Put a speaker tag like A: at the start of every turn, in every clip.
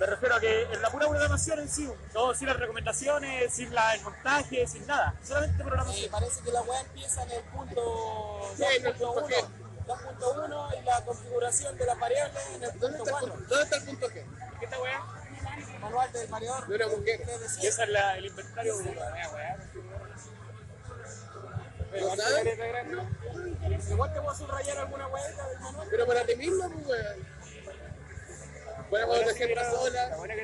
A: Me refiero a que en la pura programación en sí, no sin las recomendaciones, sin la, el montaje, sin nada, solamente
B: Eh,
A: programación.
B: parece que la weá empieza en el punto
C: Sí, en el punto
B: 2.1
C: G.
B: 2.1 y la configuración de las variables en el
C: ¿Dónde
B: punto
C: está, el
B: 4.
C: punto- ¿Dónde está el punto G?
A: ¿Qué esta weá?
B: Manual del variador
C: De una mujer.
B: tres
A: Y
B: de cien.
A: ese es la- el inventario.
C: ¿Lo sabes?
B: Igual te voy a subrayar alguna weá del manual.
C: Pero para ti mismo, pues, weón. Para cuando te sientas sola, para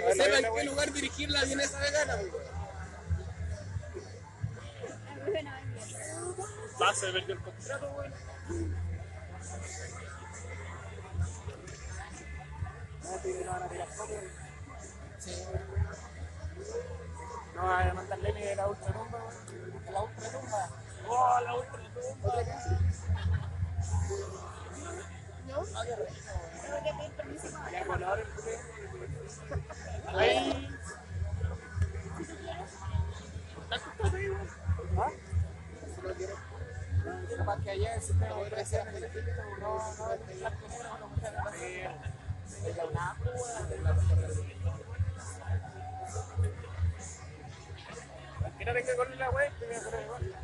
C: que sepas en qué lugar dirigir la vienesa vegana, pues, weón.
A: Va, se perdió el contrato, weón.
B: No, además la ley de la ultratumba, weón. De la ultratumba.
A: Oh, la ultratumba. Ahí.
B: Capaz que allá el sistema de presión es distinto, no, no, el blanco y negro, no, mujer, no, no. Es la UNAM, weón.
A: Imagínate que con la web, te voy a hacer el gol.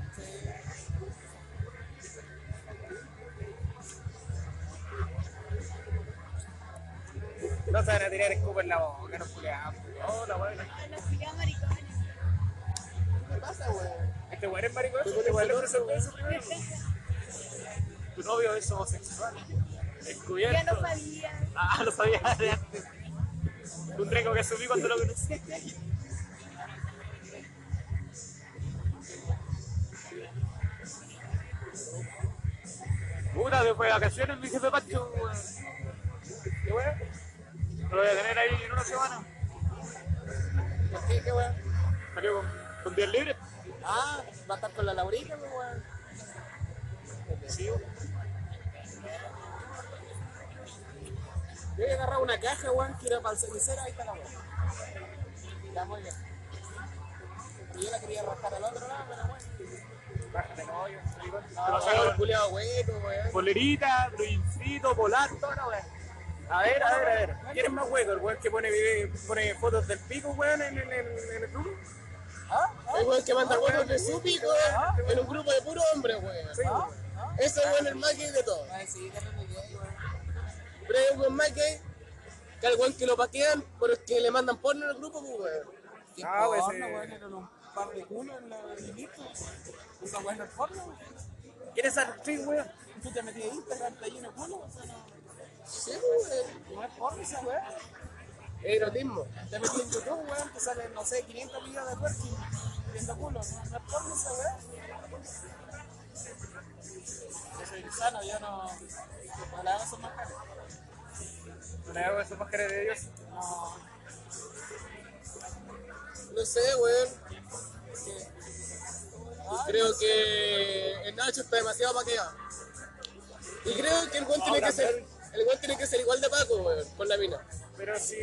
B: No se van a tirar escupo en la boca, no culiados.
A: Oh, la web.
C: ¿Qué pasa, weón?
A: Este weón es maricón, este weón le ofrece el beso primero. Tu novio es homosexual.
D: Ya
A: Descubierto.
D: lo sabía.
A: Ah, lo sabía de antes. Un rico que subí cuando lo conocí. Puta, después de vacaciones mi jefe Pacho. weón. ¿Qué weón? Lo voy a tener ahí en una semana.
B: ¿Por qué? ¿Qué weón?
A: Salió con, con días libres.
B: Ah, va a estar con la Laurita, pues, weón.
A: Sí, weón.
B: Yo voy a agarrar una caja, weón, que era para el cenicero, ahí está la weón. Ya, muy bien. Yo la quería arrastrar al otro lado, pero bueno.
A: Bájate, no, yo estoy con-
B: No,
A: Lo sacaron
C: El culiado hueco, weón.
A: Polerita, Luis Frito, Polar, toda la wea.
E: A ver, a ver, a ver. ¿Quién es más hueco? ¿El weón que pone, video- pone fotos del pico, weón, en, en, en- en el grupo?
B: ¿Ah?
C: El weón que manda huevos de su pico, weón. En un grupo de puro hombre, weón.
B: ¿Ah? ¿Ah?
C: Ese weón es el más gay de todos.
B: Va a decidir que no me quede, weón.
C: Pero hay un weón más gay que al weón que lo paquean porque le mandan porno al grupo, pues, weón.
B: ¿Qué
E: Ah,
B: porno,
E: ese-
B: weón? Eran un par de culos en la y listo. Esa weón no es porno, weón.
E: ¿Quién es esa actriz, weón?
B: Tú te metí en Instagram, está lleno de culo, o sea, no,
C: Sí, weón.
B: no es porno esa weón.
C: Erotismo.
B: Te metí en YouTube, weón, te salen, no sé, 500 millones de twerking viendo culo. No, no es porno esa weón. Yo soy sano, yo no. Ojalá no son más caros.
E: No le hago esas máscaras de Dios.
B: No,
C: No sé, weón.
B: sí.
C: Creo que el Nacho está demasiado paqueado. Y creo que el weón tiene que ser. El weón tiene que ser igual de Paco, weón, con la mina.
E: Pero si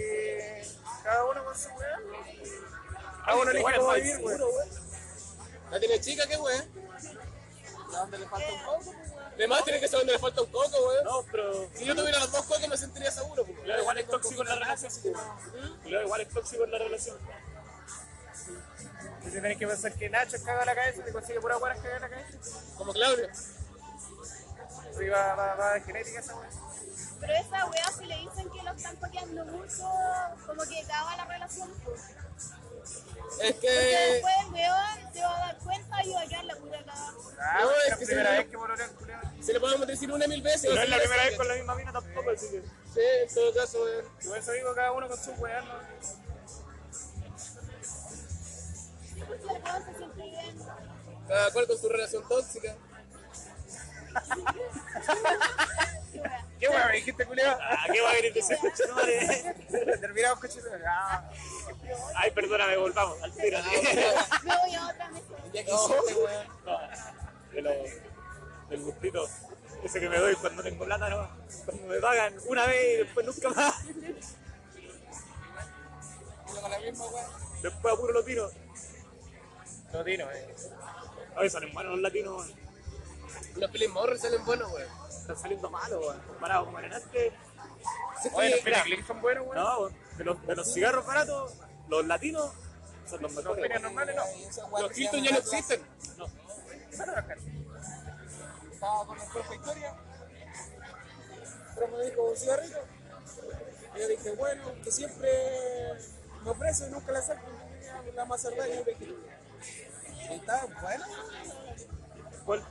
E: cada uno con su weón. Cada uno elige
A: Bueno,
E: cómo
A: estoy
E: vivir,
A: seguro,
E: weón.
C: La tiene chica, qué weón.
B: ¿De dónde le falta un poco, pues, weón?
C: Además tiene que ser donde le falta un coco, weón.
A: No, pero
C: Si yo tuviera los dos cocos me sentiría seguro, pues, weón.
A: Leo igual es tóxico en la relación. Leo igual es tóxico en la relación.
E: Entonces tenés que pensar que Nacho caga la cabeza, te consigue pura weón caga la cabeza.
C: Como Claudio.
E: Sí, va, va, va de genética esa weón.
D: Pero esa wea, si le dicen que lo están paqueando mucho, como que acaba la relación. pues.
C: Es
D: Porque
C: que.
D: después el weón se va a dar cuenta y va a quedar la pura cagada.
E: Ah,
C: No,
E: weón,
C: es
E: es la
C: que se
E: primera
C: le-
E: vez que voló el culiao.
C: Se le podemos decir una mil veces.
A: No
C: o
A: es la
C: sea,
A: primera
C: sí,
A: vez con la misma mina tampoco, así que.
C: Sí, en todo caso, weón.
E: Y por eso digo cada uno con su weón, ¿no?
D: Sí, porque el weón se siente bien.
C: Cada cual con su relación tóxica.
D: Qué wea.
E: ¿Qué weón me dijiste, culiao?
A: Ah, ¿qué va a querer decir, madre?
E: Terminamos con chile. Ah,
A: Ay, perdóname, volvamos. Al tiro.
B: Ah,
D: Me voy a otra mesa.
B: Ya
E: este
B: quisiste, weón.
A: No, de lo- del gustito. Ese que me doy cuando tengo plata, ¿no? Cuando me pagan una vez y después nunca más.
B: Yo con la misma, weón.
A: Después apuro los tiros.
E: no tino, eh.
A: A veces son hermanos los latinos.
C: Los Philip Morris salen buenos, weón.
A: Están saliendo malos, weón. Comparado con el antes.
C: Sí,
E: Oye, los
C: mira,
E: Pellegrini son buenos, weón.
A: No, weón. de los, de los cigarros baratos, los latinos son los
E: Los
A: mejores.
E: penes
A: weón.
E: normales no.
C: los Hilton ya no existen.
E: Esa no la cacho.
B: Estaba con el profe Historia. Pero me dijo un cigarrito. Y yo dije, bueno, que siempre me ofrece y nunca la saco. La más cerveza y yo le dije, está bueno.
A: ¿Cuál?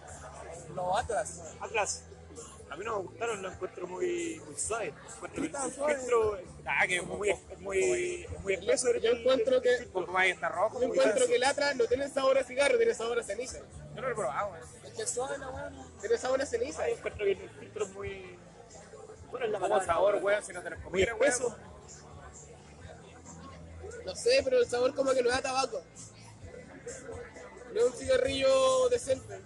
B: Los Atlas.
A: Atlas. A mí no me gustaron, lo encuentro muy, muy suave. Encuentro que el
B: Está suave.
A: filtro es
E: Ah, que
A: muy, es muy, es muy espeso.
C: Yo encuentro que-
E: Porque más está rojo.
C: Yo
E: muy
C: encuentro
E: denso.
C: que el Atlas no tiene sabor a cigarro, tiene sabor a ceniza.
E: Yo no lo he probado, weón.
B: Es que suave la weá. ¿no?
C: Tiene sabor a ceniza.
A: Yo encuentro que el filtro es muy... Bueno, es la
E: Como
A: palabra.
E: sabor, weón, si no te lo
A: Muy
E: comiera,
A: espeso.
E: weón.
C: No sé, pero el sabor como que no da tabaco. No es un cigarrillo decente.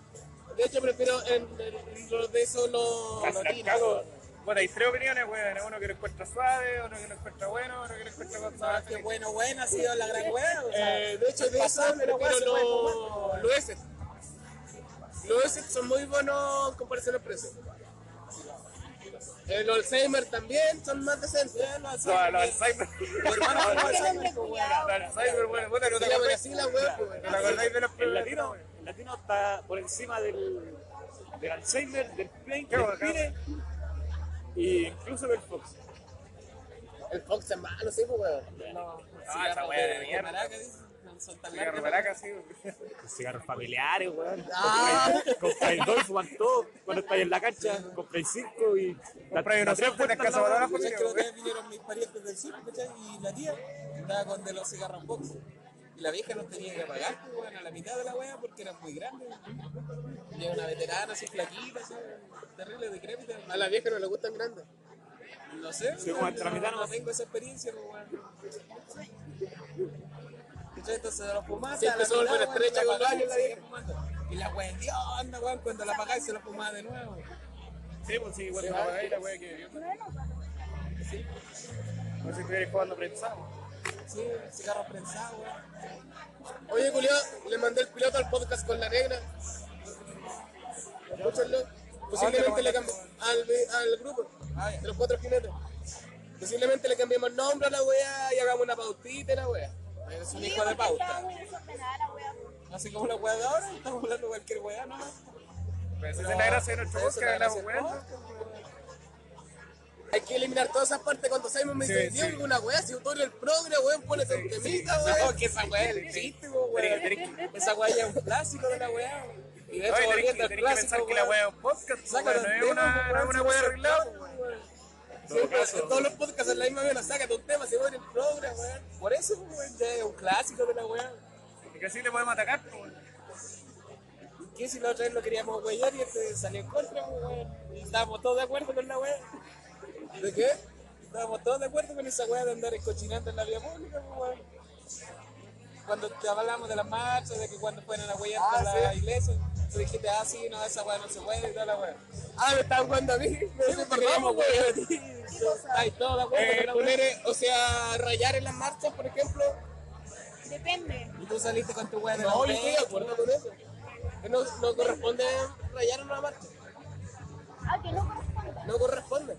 C: De hecho, prefiero en, en los de esos los
E: Casi la
C: latinos.
E: cago. Bueno, hay tres opiniones, weón. Uno que lo encuentra suave, otro que lo encuentra bueno, otro que lo encuentra con sabor. a
B: Qué
E: ceniza.
B: bueno, bueno, ha sido la gran weá. o sea,
C: Eh, de hecho, de esos
B: pasable, la weá
C: prefiero
B: se puede
C: los los Essex. Los Essex son muy buenos en comparación al precio. El Alzheimer también son más decentes.
E: No, los Alzheimer.
D: Porque tengan cuidado.
E: Los Alzheimer, weón. Puta, no te
C: Y la
E: acordáis-
C: Brasil, la weá, pues,
E: ¿No te acordáis de los
A: El latino, el latino está por encima del, del Alzheimer, del Plain,
E: Qué
A: del
E: bacán.
A: Pire e incluso del Fox.
C: El Fox es malo, sí, pues, weón.
E: Ah, esa weá de mierda.
B: Maraca, dice, no son tan
E: Cigarro
B: largas.
E: maraca, sí.
A: Los cigarros familiares, weón.
C: Ah.
A: Compráis dos, fuman todos. Cuando estáis en la cancha, compráis cinco y...
E: Compráis unos
A: tres
E: tres, tenés
A: vueltas
E: casa
A: la
E: para
A: weá.
E: abajo.
B: ¿Sabes Pues que los días vinieron mis parientes del sur, ¿cachai? Y la tía andaba con de los cigarros box. Y la vieja nos tenía que pagar, pues, bueno, a la mitad de la wea porque eran muy grandes. Y era una veterana, así flaquita, así, terrible decrépita.
C: A la vieja no le gustan grandes.
B: No sé,
A: Sí,
B: no,
A: como entre la
B: no-
A: mitad,
B: no
A: ¿no?
B: tengo esa experiencia, pues, bueno. ¿Cachai? Entonces de los fumados.
C: Siempre se vuelven estrechas con los años, la vieja.
B: Y la wea, Dios, anda, weón, cuando la pagáis se la fumaba de nuevo.
E: Sí, pues sí, bueno, la weá y la weá que. No sé si estuvierais jugando prensado.
B: Sí, cigarros prensados, weón.
C: Oye, Julio, le mandé el piloto al podcast con la negra. Escúchenlo. Posiblemente le cambiemos al, vi- al grupo de los cuatro jinetes. Posiblemente le cambiemos el nombre a la wea y hagamos una pautita y la wea.
B: Eres un
D: Sí,
B: hijo
D: porque
B: de pauta.
D: estaba muy desordenada la wea.
B: Así como la weá de ahora, estamos hablando de cualquier weá, ¿no?
E: Pero esa es la gracia de nuestro
B: Eso
E: bosque,
B: te
E: la
B: agradece,
E: weá.
B: ¿no?
C: Hay que eliminar todas esas partes cuando Simon me dice,
E: Sí,
C: Dios,
E: sí.
C: alguna wea, si tú eres el progre, weón, pones el temita,
B: No,
C: weón.
B: que esa weá es el chiste, po, weá. Esa weá ya es un clásico de la weá. Y de
E: No, y tenés
B: hecho,
E: que-
B: volviendo al
E: tenés que pensar
B: clásico,
E: que la
B: weá.
E: weá es un podcast, pues,
B: Saca
E: weón,
B: los
E: no es
B: temas,
E: una- no es
B: weón,
E: una
B: si
E: weá
B: no se
E: arreglada.
B: acaba,
E: pues,
B: weón.
C: Siempre en todos los podcasts en la misma mierda, sácate un tema, si tú eres el progre, weón.
B: Por eso, po, weón, ya es un clásico de la weá.
E: weón. Y que así le podemos atacar, pues, weón.
B: ¿Y qué si la otra vez lo queríamos weyar y este salió en contra, po, weón? Y estábamos todos de acuerdo con la weá.
C: ¿De qué?
B: Estábamos todos de acuerdo con esa weá de andar escochinando en la vía pública, pues, weón. Cuando te hablamos de las marchas, de que cuando fueron a huellas
C: Ah,
B: por la
C: sí.
B: iglesia, tú dijiste, ah, sí, no, esa weá no se puede y toda la weá.
C: Ah, me estaban jugando a mí. Me
B: Sí,
C: dicen,
B: porque queríamos
C: perdón, weón.
B: huellar a ti. Ay, todo de acuerdo
C: Eh,
B: con la weá.
C: poner, eh, o sea, rayar en las marchas, por ejemplo.
D: Depende.
B: Y tú saliste con tu weá de la
C: No, yo
B: huelga.
C: estoy de acuerdo con eso. Que No, no corresponde rayar en una marcha.
D: Ah, que no corresponda.
C: No corresponde.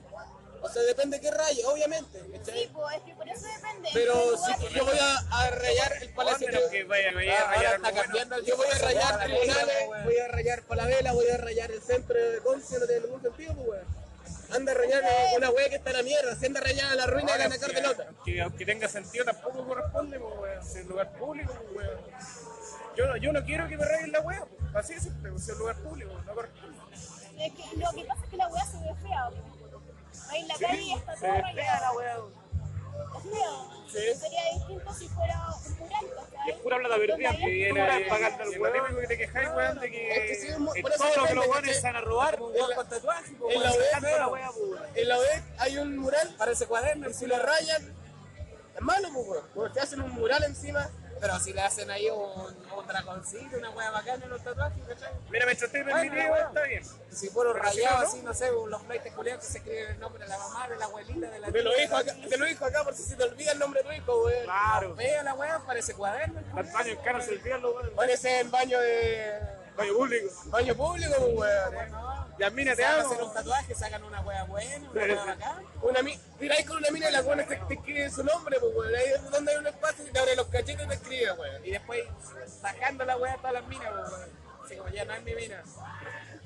C: O sea, depende qué raye, obviamente. ¿cachai?
D: Sí, pues, es que por eso depende.
C: Pero
D: En
C: si
D: lugar-
C: yo voy a, a rayar el palacio.
E: Pero que vaya, vaya a
B: Ah,
C: Ah,
B: Ahora
E: rayar
B: está
E: algo bueno.
B: cambiando el
C: Yo voy a rayar
B: la ley,
E: pues,
C: tribunales,
B: weón.
C: voy a rayar Palavela, voy a rayar el centro de Conce, no tiene ningún sentido, pues, weón. Anda a rayar una wea que está en la mierda, si anda a rayar a la ruina de
E: Ahora, eh.
C: la Nacar de Lota.
E: aunque- Aunque tenga sentido, tampoco corresponde, pues, weón. Si es lugar público, pues, weón. Yo no, yo no quiero que me rayen la weá, pues. así es simple, pues, si es lugar público, no corresponde.
D: Es que lo que pasa es que la weá se ve fea. po. Ahí en la calle está todo rayado. la weá. Es feo. Sería distinto si fuera un mural, ¿cachai?
A: Y es pura plata perdida,
D: Donde
A: que
D: hay-
A: viene
E: Era,
A: a
E: eh,
A: pagarle
E: y
A: al
E: lo
A: weón.
E: típico que te quejáis, weón, de
C: Es que sí,
E: que
C: es muy-
A: Es
C: por eso
A: todo lo que
C: depende,
A: los weones
C: ¿cachai?
A: se van a robar.
B: Un weón con tatuaje, po,
C: En
B: weón,
C: la wea,
B: sacando la
A: pero-
B: weá, po, weón.
C: En la OED hay un mural,
B: Parece cuaderno,
C: si lo rayan, es malo, pues, weón. Porque hacen un mural encima.
B: Pero si le hacen ahí un, un dragoncito, una weá bacana en los tatuajes, ¿cachai?
E: Mira, mientras esté
B: Bueno,
E: permitido,
B: weón.
E: está bien.
B: Si fueron
E: Pero si no,
B: rayados
E: ¿no?
B: así, no sé, los pleites culiados que se escriben el nombre de la mamá, de la abuelita, de la
C: Te lo
B: tía,
C: dijo
B: de
C: acá, te lo dijo acá por si se te olvida el nombre de tu hijo, weón.
B: la- Vea la weá, parece cuaderno.
A: Tantos años en cárcel, olvídalo, weón.
C: Parece en baño de.
E: Baño público.
C: Baño público, pues, weón. eh.
E: Yasmina, te
B: Se van a
E: amo.
B: hacer un tatuaje, sacan una wea buena, una wea bacán.
C: Una mi- Mira, ahí con una mina y la buena te, te escribe su nombre, pues, weón. Ahí es donde hay un espacio y te abre los cachetes y te escribe, weón.
B: Y después sacando la wea a todas las minas, po, weón. Así como ya no es mi mina.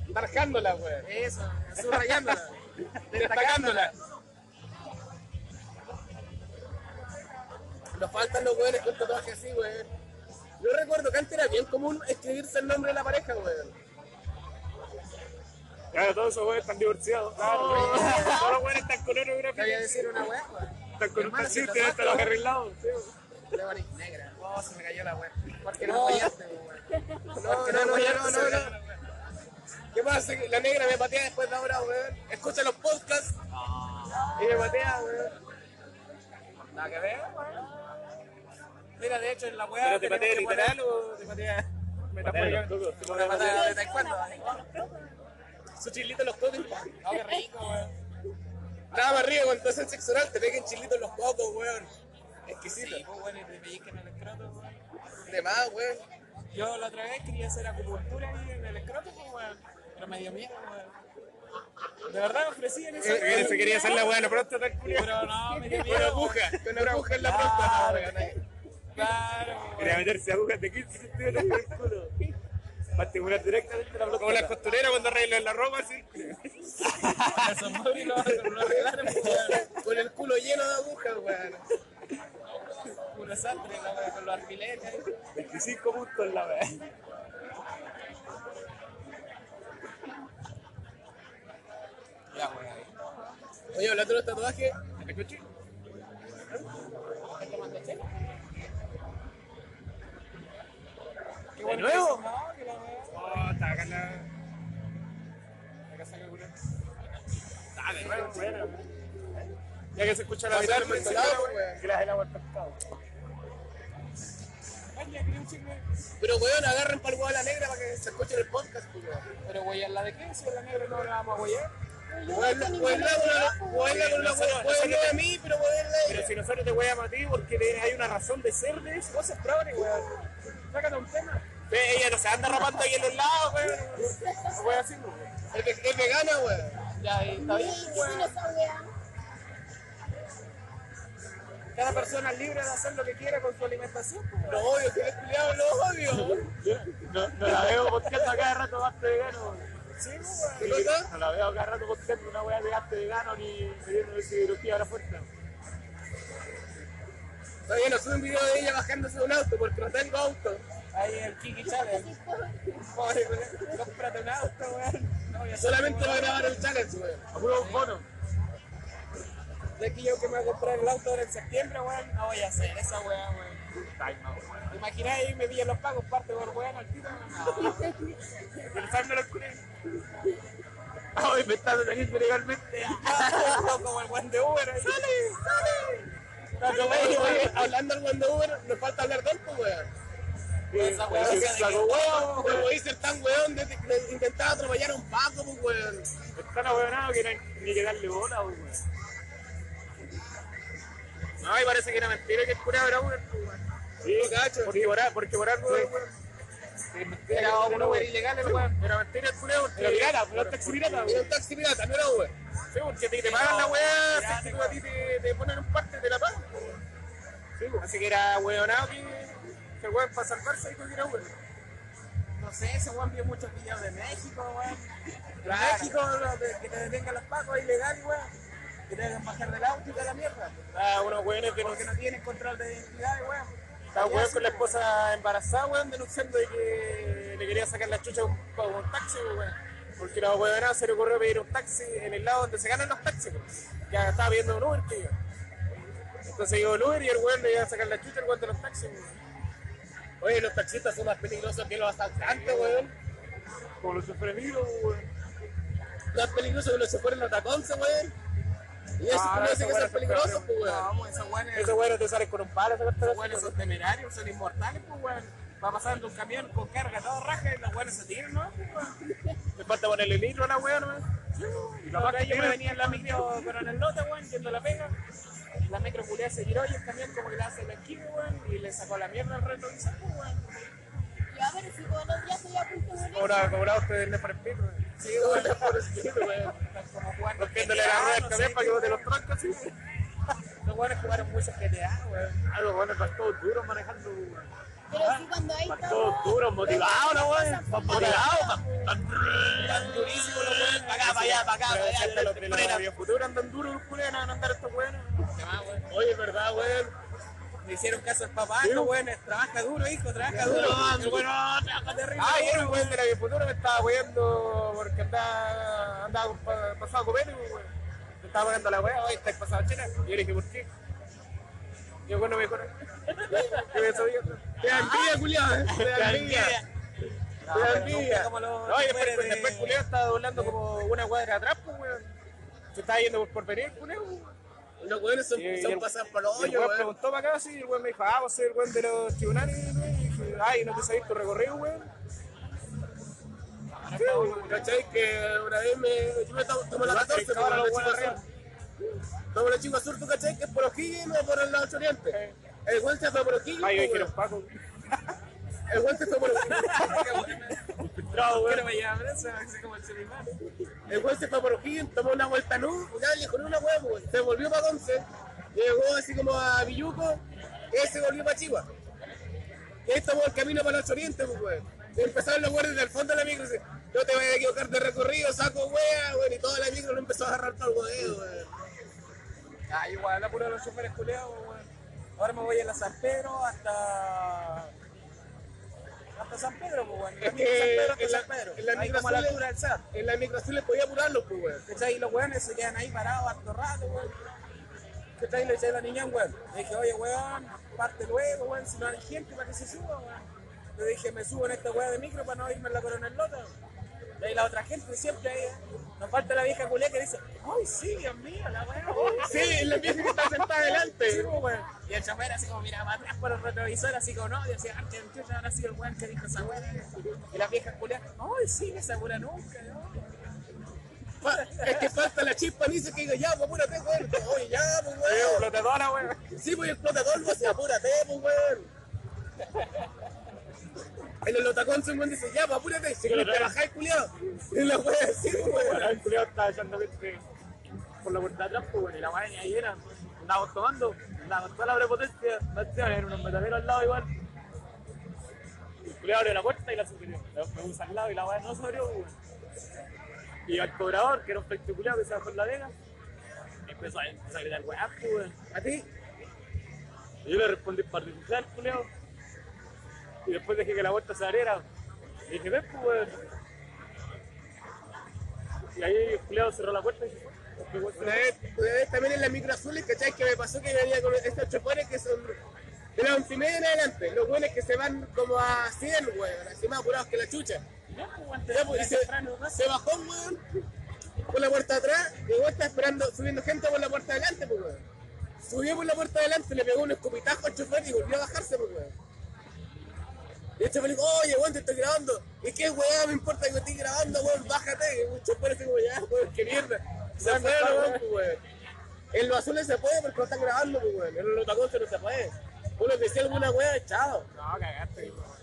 C: Marcándola, weón.
B: Eso, subrayándola.
C: Destacándola. Nos faltan los weones con tatuajes así, weón. Yo recuerdo que antes era bien común escribirse el nombre de la pareja, weón.
A: Y ahora todos esos güeyes están divorciados. Todos los güeyes están con otro
B: Te voy a
A: gráfico.
B: decir una wea, weón.
A: Están con un
B: Hermano, si
A: taxista,
B: te
A: ya están los arreglados. sí, güey.
C: Le van a ir negra.
B: Oh, se me cayó la wea.
C: Porque no apoyaste, weón. Porque no apoyaste, weón. ¿Qué pasa? Que La negra me patea después de ahora, weón. Escucha los podcasts. Y me patea, weón.
B: Nada que ver, weón. Mira, de hecho, en la wea.
E: ¿Pero te
B: tenemos
E: patea
B: que poner
E: literal o te patea
A: Patean
E: metafóricamente?
A: los cocos, sí,
B: Una
A: güey.
B: patada de taekwondo.
C: Su chilito en los cocos.
B: Oh, ¿eh? qué rico, weón.
C: Nada más rico cuando estás en sexo oral, te peguen chilito en los cocos, weón. Exquisito.
B: Sí, pues, weón, y te pellizcan el escroto, weón.
C: De más, weón.
B: Yo la otra vez quería hacer acupuntura ahí en el escroto, pues, weón. Pero me dio miedo, weón. De verdad me ofrecí en ese
E: Eh, Se quería hacer la weá, no pronto tal culiao.
B: Pero no, me dio miedo.
C: Con
B: weón.
C: aguja. Con aguja en la próstata,
B: Claro.
C: weón.
B: Claro,
A: Quería
B: weón.
A: meterse agujas de 15 centímetros en el culo. Particular directamente la pelota.
E: Como las costureras cuando arreglan la ropa, así.
B: Eso, Mauri, lo, lo arreglaron, weón.
C: Con el culo lleno de agujas, weón.
B: Puro sastre, la weón, con los alfileres.
A: 25 puntos en la vez.
B: Ya, weón.
C: Oye, hablando de los tatuajes,
B: ¿De
E: nuevo?
B: No, que la weón.
E: Oh, taca la... Dale, bueno, bueno. Ya que se escucha la
C: pasó
E: mitad
C: el
E: del
C: mentolado,
E: mencionado,
C: weón.
A: Que las el agua al pescado.
B: Ay, ya quería un chicle.
C: Pero, weón, agarren para el huevo a la negra para que se escuche en el podcast, pues, weón.
B: Pero, weón, la de qué? Si en la negra no la vamos a huear.
C: Weón, la- weón, la- weón, la- weón, la- weón, no a mí, pero weón, la
A: Pero si nosotros te voy a ti porque te- hay una razón de ser de eso.
B: Cosas progres, weón. Sácate un tema.
E: Ve, Ella no se anda rapando ahí en los lados, weón.
B: Weón, así, weón.
C: Es ve- es vegana, weón.
B: Ya, y está bien, weón. Cada persona es libre de hacer lo que quiera con su alimentación, pues,
C: Lo odio, que le culiado, lo odio.
A: No, no la veo posteando a cada rato gaste vegano.
B: Sí, pues, weón.
C: ¿Qué cosa?
A: No la veo a cada rato posteando una weá de gaste vegano ni pidiendo de cirugía a la fuerza.
C: Todavía no sube un video de ella bajándose de un auto porque no tengo auto.
B: Ahí el Kiki Chávez. Pobre, weón. Cómprate un auto, weón. No, ya
C: Solamente
B: sé,
C: va a
B: weón.
C: grabar el challenge, weón.
A: A puro bono.
B: De que yo que me voy a comprar el auto ahora en septiembre, weón. No voy a hacer esa weá, weón. Imagináis, me pillan los pagos, parte por weón al tiro. No,
A: Pensando los culinos. Ah, hoy me estás deteniendo legalmente.
B: no, como el weón de Uber. ahí.
C: Pero, weón, weón, Hablando al weón de Uber, nos falta hablar tanto, weón.
A: Eh,
B: Esa weá,
A: Sí,
B: o sea, de
A: saco
B: que-
A: huevo.
C: No podéis ser tan weón de, de intentar atropellar a un paco, pues, weón.
A: Están ahueonados que no hay ni que darle bola, weón.
E: No, y parece que era mentira que el curado era Uber, pues, weón.
A: Sí,
C: No cacho.
A: Porque por, a- porque por algo, weón.
B: Era un Uber ilegal, el weón.
E: Era mentira el curado porque...
A: Pero pirata, pero el taxi pirata,
C: Era
A: weón.
C: un taxi pirata, no era weón.
E: Sí, porque te, te pagan la weá, así que tú a ti te, te ponen un parte de la pagan. pues, weón. Así que era weonado que se weón para salvarse y que era Uber.
B: No sé, ese weón vio muchos videos de México, weón. De
E: Claro.
B: México, lo de- que te detengan los pacos, es ilegal, weón. Que te hagan bajar del auto y toda la mierda.
E: Ah, unos weones de
C: Pues
B: Porque no tienen control de identidad, weón.
E: Estaba weón con la esposa embarazada, weón, denunciando de que le quería sacar la chucha a un, a un taxi, weón. Porque la weón se le ocurrió pedir un taxi en el lado donde se ganan los taxis, weón. Ya estaba viendo un Uber, tío. Entonces llegó el Uber y el weón le iba a sacar la chucha al weón de los taxis, weón.
C: Oye, los taxistas son más peligrosos que los asaltantes, weón.
A: Como los sufrimidos, weón.
C: Más peligrosos que los que fueron a taconce, weón. Y eso
A: Ah,
C: no
A: esa
C: hace que
A: weá
C: sean
A: es
C: peligrosos,
A: otra,
C: pues,
B: No,
C: weón.
B: vamos, esos weones.
E: Esos weones te salen con un palo, sacarte la
B: Los weones son temerarios, son inmortales, pues, weón. Va pasando un camión con carga, todo raja y los weones se tiran, ¿no? Pues, weón.
E: Me falta ponerle litro a la weón, weón.
B: Y la otra vez yo me venía en la micro con el nota, weón, yendo a la pega. La micro culiá se giró y el camión como que le hace la esquina, weón, y le sacó la mierda al reloj y sacó, weón.
D: Ya, Ya, pero si todos los días estoy a punto de morir.
E: Ahora, como la usted del Forest Pit, weón.
B: Sí, bueno, por escrito, weón. Como jugando
E: Rompiéndole la rueda al camión para que bote los troncos, Ah, sí.
B: Los buenos jugaron mucho GTA, weón.
E: Algo bueno, para todos duros manejando, weón.
D: Pero si cuando hay
E: Van todos duros, motivados, la weón. Van motivados, van- van
B: Durísimo los buenos.
E: Para acá, para allá, para acá, para allá.
B: Los de la
E: radio futuro andan duros los culeros, van a andar estos buenos. Oye, es verdad, weón.
B: Le hicieron caso al papá, no, weón. Trabaja duro, hijo, trabaja duro.
E: Duro, weón.
B: Trabaja terrible.
E: Ah, ayer un weón de la Vía Futuro me estaba weyando porque andaba, andaba con pa- pasado copete, pues, weón. Me estaba pagando la wea, oye, estáis pasado chena. Y yo le dije, ¿por qué? Y yo, bueno, me dijo, no. Yo me sabía. Te da envidia, culiado, eh. Te da envidia. Te da
B: pero
E: envidia.
B: Ah, nunca como
E: No,
B: los
E: y después,
B: choferes de-
E: después culiao, estaba doblando como una cuadra atrás, pues, weón. Se estaba yendo por, por venir, culiao, weón.
C: Los weones son,
E: Y- y
C: son
E: el-
C: pasados por
B: Oh,
C: los
E: Y el
C: hoyos,
E: weón
C: weón.
E: preguntó para acá, sí, y el weón me dijo, ah, vos sois el weón de los tribunales, weón. Y dije, ay, no te sabés tu recorrido, weón. Sí, weón.
C: ¿Cachai? Que una vez me. Yo me tomo, tomo la 14,
E: Ahora los
C: pero la
B: pues,
E: buenos
C: chica
E: arriba.
C: sur. Tomo la chica sur, ¿tú cachai? Que es por O'Higgins y no por el lado oriente. El weón se fue por O'Higgins.
E: Ay, hoy
C: pues,
E: quiero
C: weón.
E: Paco.
C: El weón se fue por O'Higgins.
E: Bravo,
B: Pero me lleva preso, así como el Chimimán.
C: El weón se fue por O'Higgins, tomó una vuelta a Nú, ya le dijo "No, una hueá, pues, se volvió para Conce, llegó así como a Villuco, y él se volvió para Chihuahua. Y él tomó el camino para los orientes, pues, weón. Y empezaron los weones del fondo de la micro, dice, no te vayas a equivocar de recorrido, saco wea, weón, y toda la micro lo empezó a agarrar todo el godeo, weón.
B: Ah, igual, la pura de los choferes culeados, weón. Ahora me voy a la San Pedro hasta. Hasta San Pedro, pues, weón.
C: Es
B: Camino de San
C: que
B: Pedro hasta
C: en la-
B: San Pedro.
C: en la
B: Ahí como a la
C: migración le-
B: altura del SAT.
C: En la micro azul le podía apurarlo, pues, weón.
B: ¿Cachai? Y los weones se quedan ahí parados harto rato, weón. ¿Cachai? Le eché a la niña, weón. Le dije, oye, weón, parte luego, weón, si no hay gente para que se suba, weón. Le dije, me subo en esta weá de micro para no irme en la corona en lota. weón. Y ahí la otra gente siempre ahí, ¿eh? nos falta la vieja culé que dice, ay, sí, Dios mío, la weá, weón.
C: Sí, en la vieja que está sentada
B: Sí,
C: adelante.
B: pues, weón. Y el chofer así como miraba atrás por el retrovisor, así como no, y decía, ah, que el chucha habrá sido el weón que dijo esa weá. Y la vieja culé, ay, sí, que esa weá nunca, ¿no?
C: Fa- Es que falta la chispa, ni dice que diga, ya, pues, apúrate, weón. Oye, ya, pues, weón.
E: Flotadora, weón.
C: Sí, pues explota todo, pues, apúrate, pues, weón. En el lotacón se weón dice, ya, pues, apúrate, si quieres trabajar, culiado. Y la weón así, pues, weón.
E: El culiao estaba echando gente por la puerta de atrás, pues, weón. Y la weón ni ahí era. Andábamos tomando, andábamos toda la prepotencia. Bastián, eran unos metaleros al lado igual. El culiao abrió la puerta y la subió. Me puse al lado y la weón no se abrió, weón. Y al cobrador, que era un pecho culiao que se bajó en la vega, empezó a, empezó a gritar, weón, pues, weón.
C: ¿A ti?
E: Y yo le respondí particular, culeo. Y después dejé que la vuelta se abriera. Y dije, ven, pues, weón. Y ahí el culeo cerró la puerta y se fue. Después, weón, se
C: Una
E: fue.
C: vez, una vez también en la micro azul, ¿cachai? Que me pasó que venía con estos choferes que son de la once y media en adelante. Los weones que se van como a 100, weón, así más apurados que la chucha. Ya, pues, y se, se bajó, weón, por la puerta de atrás, llegó, está esperando, subiendo gente por la puerta de adelante, pues, weón. Subió por la puerta de adelante, le pegó un escupitajo al chofer y volvió a bajarse, pues, weón. Y el chofer dijo, oye, weón, te estoy grabando. ¿Y qué, weón? Me importa que estés grabando, weón, bájate. Y el chofer así como, ya, weón, qué mierda. Se fue, weón, pues, weón. En los azules se puede porque lo están grabando, pues, weón. En los tacones no se puede. Uno decía alguna weá, chao.
E: No, cagaste, weón.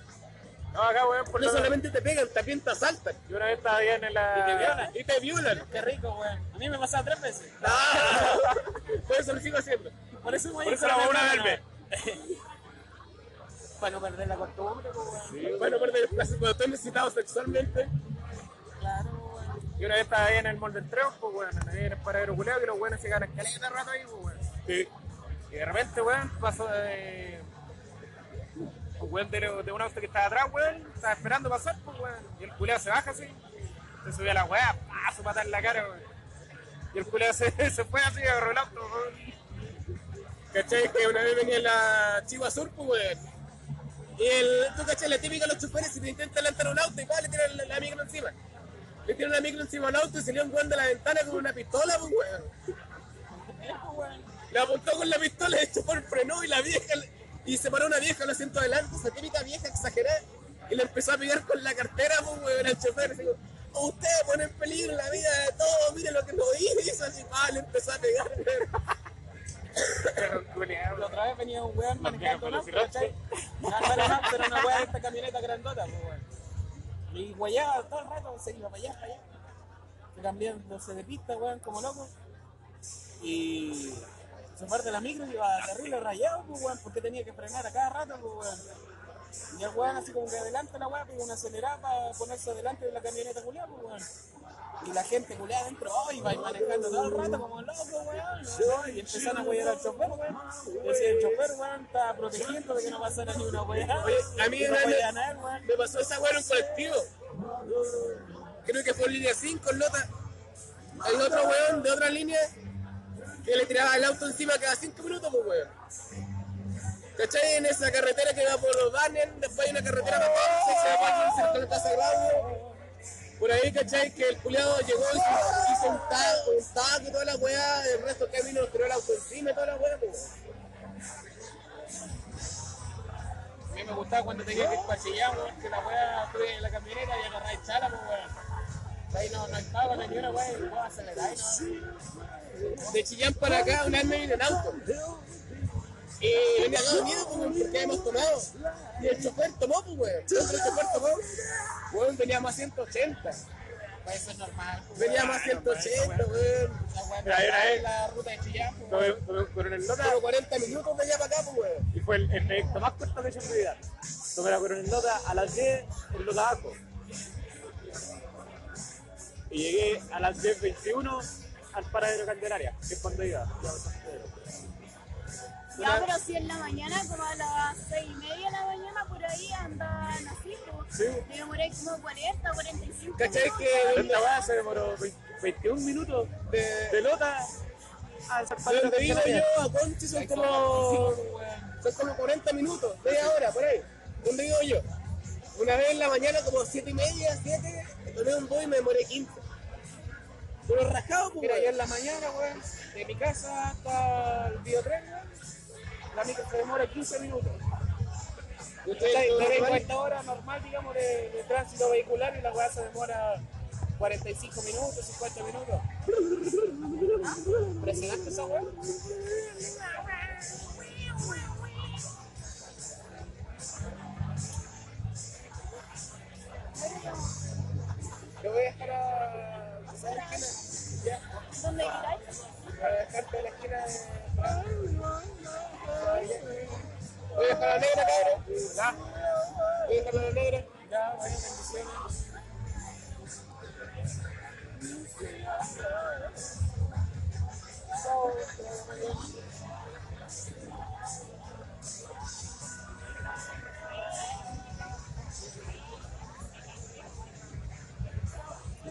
E: No, acá, weón, por
C: No
E: lo
C: solamente te pegan, también te asaltan.
E: Yo una vez estaba bien en la.
C: Y te violan. Y te violan.
B: Qué rico, weón. A mí me ha pasado tres veces.
C: Por eso lo sigo haciendo.
B: Por eso,
E: Por eso la
B: voy
E: vamos a verme.
B: Para no perder la costumbre, pues, weón.
C: Bueno, pero de- cuando estoy necesitado sexualmente,
B: Claro, weón.
E: Yo una vez estaba ahí en el molde del triunfo, weón. Ahí en el paradero culeo, que los weones se ganan caleta de rato ahí, pues, weón.
C: sí.
E: Y de repente, weón, pasó de. Un weón de, de un auto que estaba atrás, weón, estaba esperando pasar, pues, weón. Y el culeo se baja así, se subió a la weá, pa, su patada en la cara, weón. Y el culeo se, se fue así, agarró el auto, weón.
C: ¿Cachai? Que una vez venía la Chiva Sur, pues, weón. Y el, tú cachai, la típica de los chuperes, si te intenta lanzar un auto, y pa, le tiran la, la micro encima. Le tiran la micro encima al auto y salió un weón de la ventana con una pistola, pues, weón. Le apuntó con la pistola, el chupón frenó y la vieja, le- y se paró una vieja al asiento adelante, esa típica vieja exagerada, y le empezó a pegar con la cartera, pues, weón, al chofer. Digo, usted pone en peligro la vida de todos, mire ah, lo que nos hizo, y eso así, pa, le empezó a pegar, weón.
E: Pero el culiao,
B: La otra vez tenía un weón manejando un auto, ¿cachai? Andaba en auto, era una weá de esta camioneta grandota, pues, weón. Y guayaba todo el rato, pues, se iba para allá, para allá. Cambiándose de pista, weón, como loco. Y se parte la micro y iba terrible rayado, pues, weón, porque tenía que frenar a cada rato, pues, weón. Y el weón así como que adelanta la weá, pega una acelerada para ponerse adelante de la camioneta culiada, pues, weón. Y la gente culiada adentro, oh, y va manejando todo el rato como loco, weón. ¿no? Y empezaron a huear al chofer, weón. Y así el chofer, weón, estaba protegiendo de que no pasara ni una weá.
C: Oye, a mí
B: Que no
C: una vez-
B: huearan a él, weón.
C: Me pasó esa weá en un colectivo. Creo que fue en línea 5, en Lota. Hay otro weón de otra línea que le tiraba el auto encima cada 5 minutos, pues weón. ¿Cachai? En esa carretera que va por los Banen, después hay una carretera para Conce, se va para Conce, hasta la Plaza Grande. Por ahí, ¿cachai? Que el culiado llegó y hizo, hizo un, taco, un taco y toda la weá, el resto del camino tiró el auto encima y toda la weá, pues weón.
B: A mí me gustaba cuando tenía que ir para Chillán, weón, que la weá fue en la camioneta y agarré chala, pues, weón. Ahí no, no hay pago, no hay ni una weá, y weón, acelerar, y no.
C: de Chillán para acá, una vez me vine en auto. Y me cagaba miedo como porque hemos tomado. Y el chofer tomó, pues, weón. El otro chofer tomó. Weón, veníamos a 180.
B: Pues eso es normal, pues, weón.
C: Veníamos a 180, weón.
B: La weá
E: Mira, mira,
B: normal
E: eh.
B: en la ruta de Chillán, pues,
E: Tuve- tuve- Pero en el Lota,
C: Pero 40 minutos de allá para acá, pues, weón.
E: y fue el, el
A: Lo más corto que he hecho en mi vida. Tomé la coronel nota a las 10 en Lota Bajo. Y llegué a las 10.21 al paradero Candelaria, que es cuando iba.
D: Ya, pero si en la mañana, como a las seis y media de la mañana, por ahí andan así, pues. Me demoré como 40, 45
C: ¿Cachai
D: minutos.
C: que-
D: ahí.
E: la weá se demoró 20 21 minutos
C: De,
E: de Lota al
C: de
E: paradero
C: donde vivo
E: Candelaria.
C: yo a Conchi son como, son como 40 minutos, media hora, por ahí. Donde vivo yo. Una vez en la mañana, como 7 y media, 7, tomé un boy y me demoré 15. Pero rascado, pues,
B: Mira,
C: weón.
B: yo en la mañana, weón, de mi casa hasta el biotren, weón, la micro se demora 15 minutos.
C: Ustedes,
B: Entonces,
C: ¿no?
B: Me vengo a esta hora normal, digamos, de, de tránsito vehicular y la weá se demora 45 minutos, 50 minutos. Impresionante esa weá.
C: Lo voy a dejar a. ¿Sabes qué?
D: ¿Dónde queráis?
C: Voy a dejarte en la esquina de. Voy a dejar a la negra, cabrón. Voy a dejar a la negra.
B: Ya, bueno, bendiciones.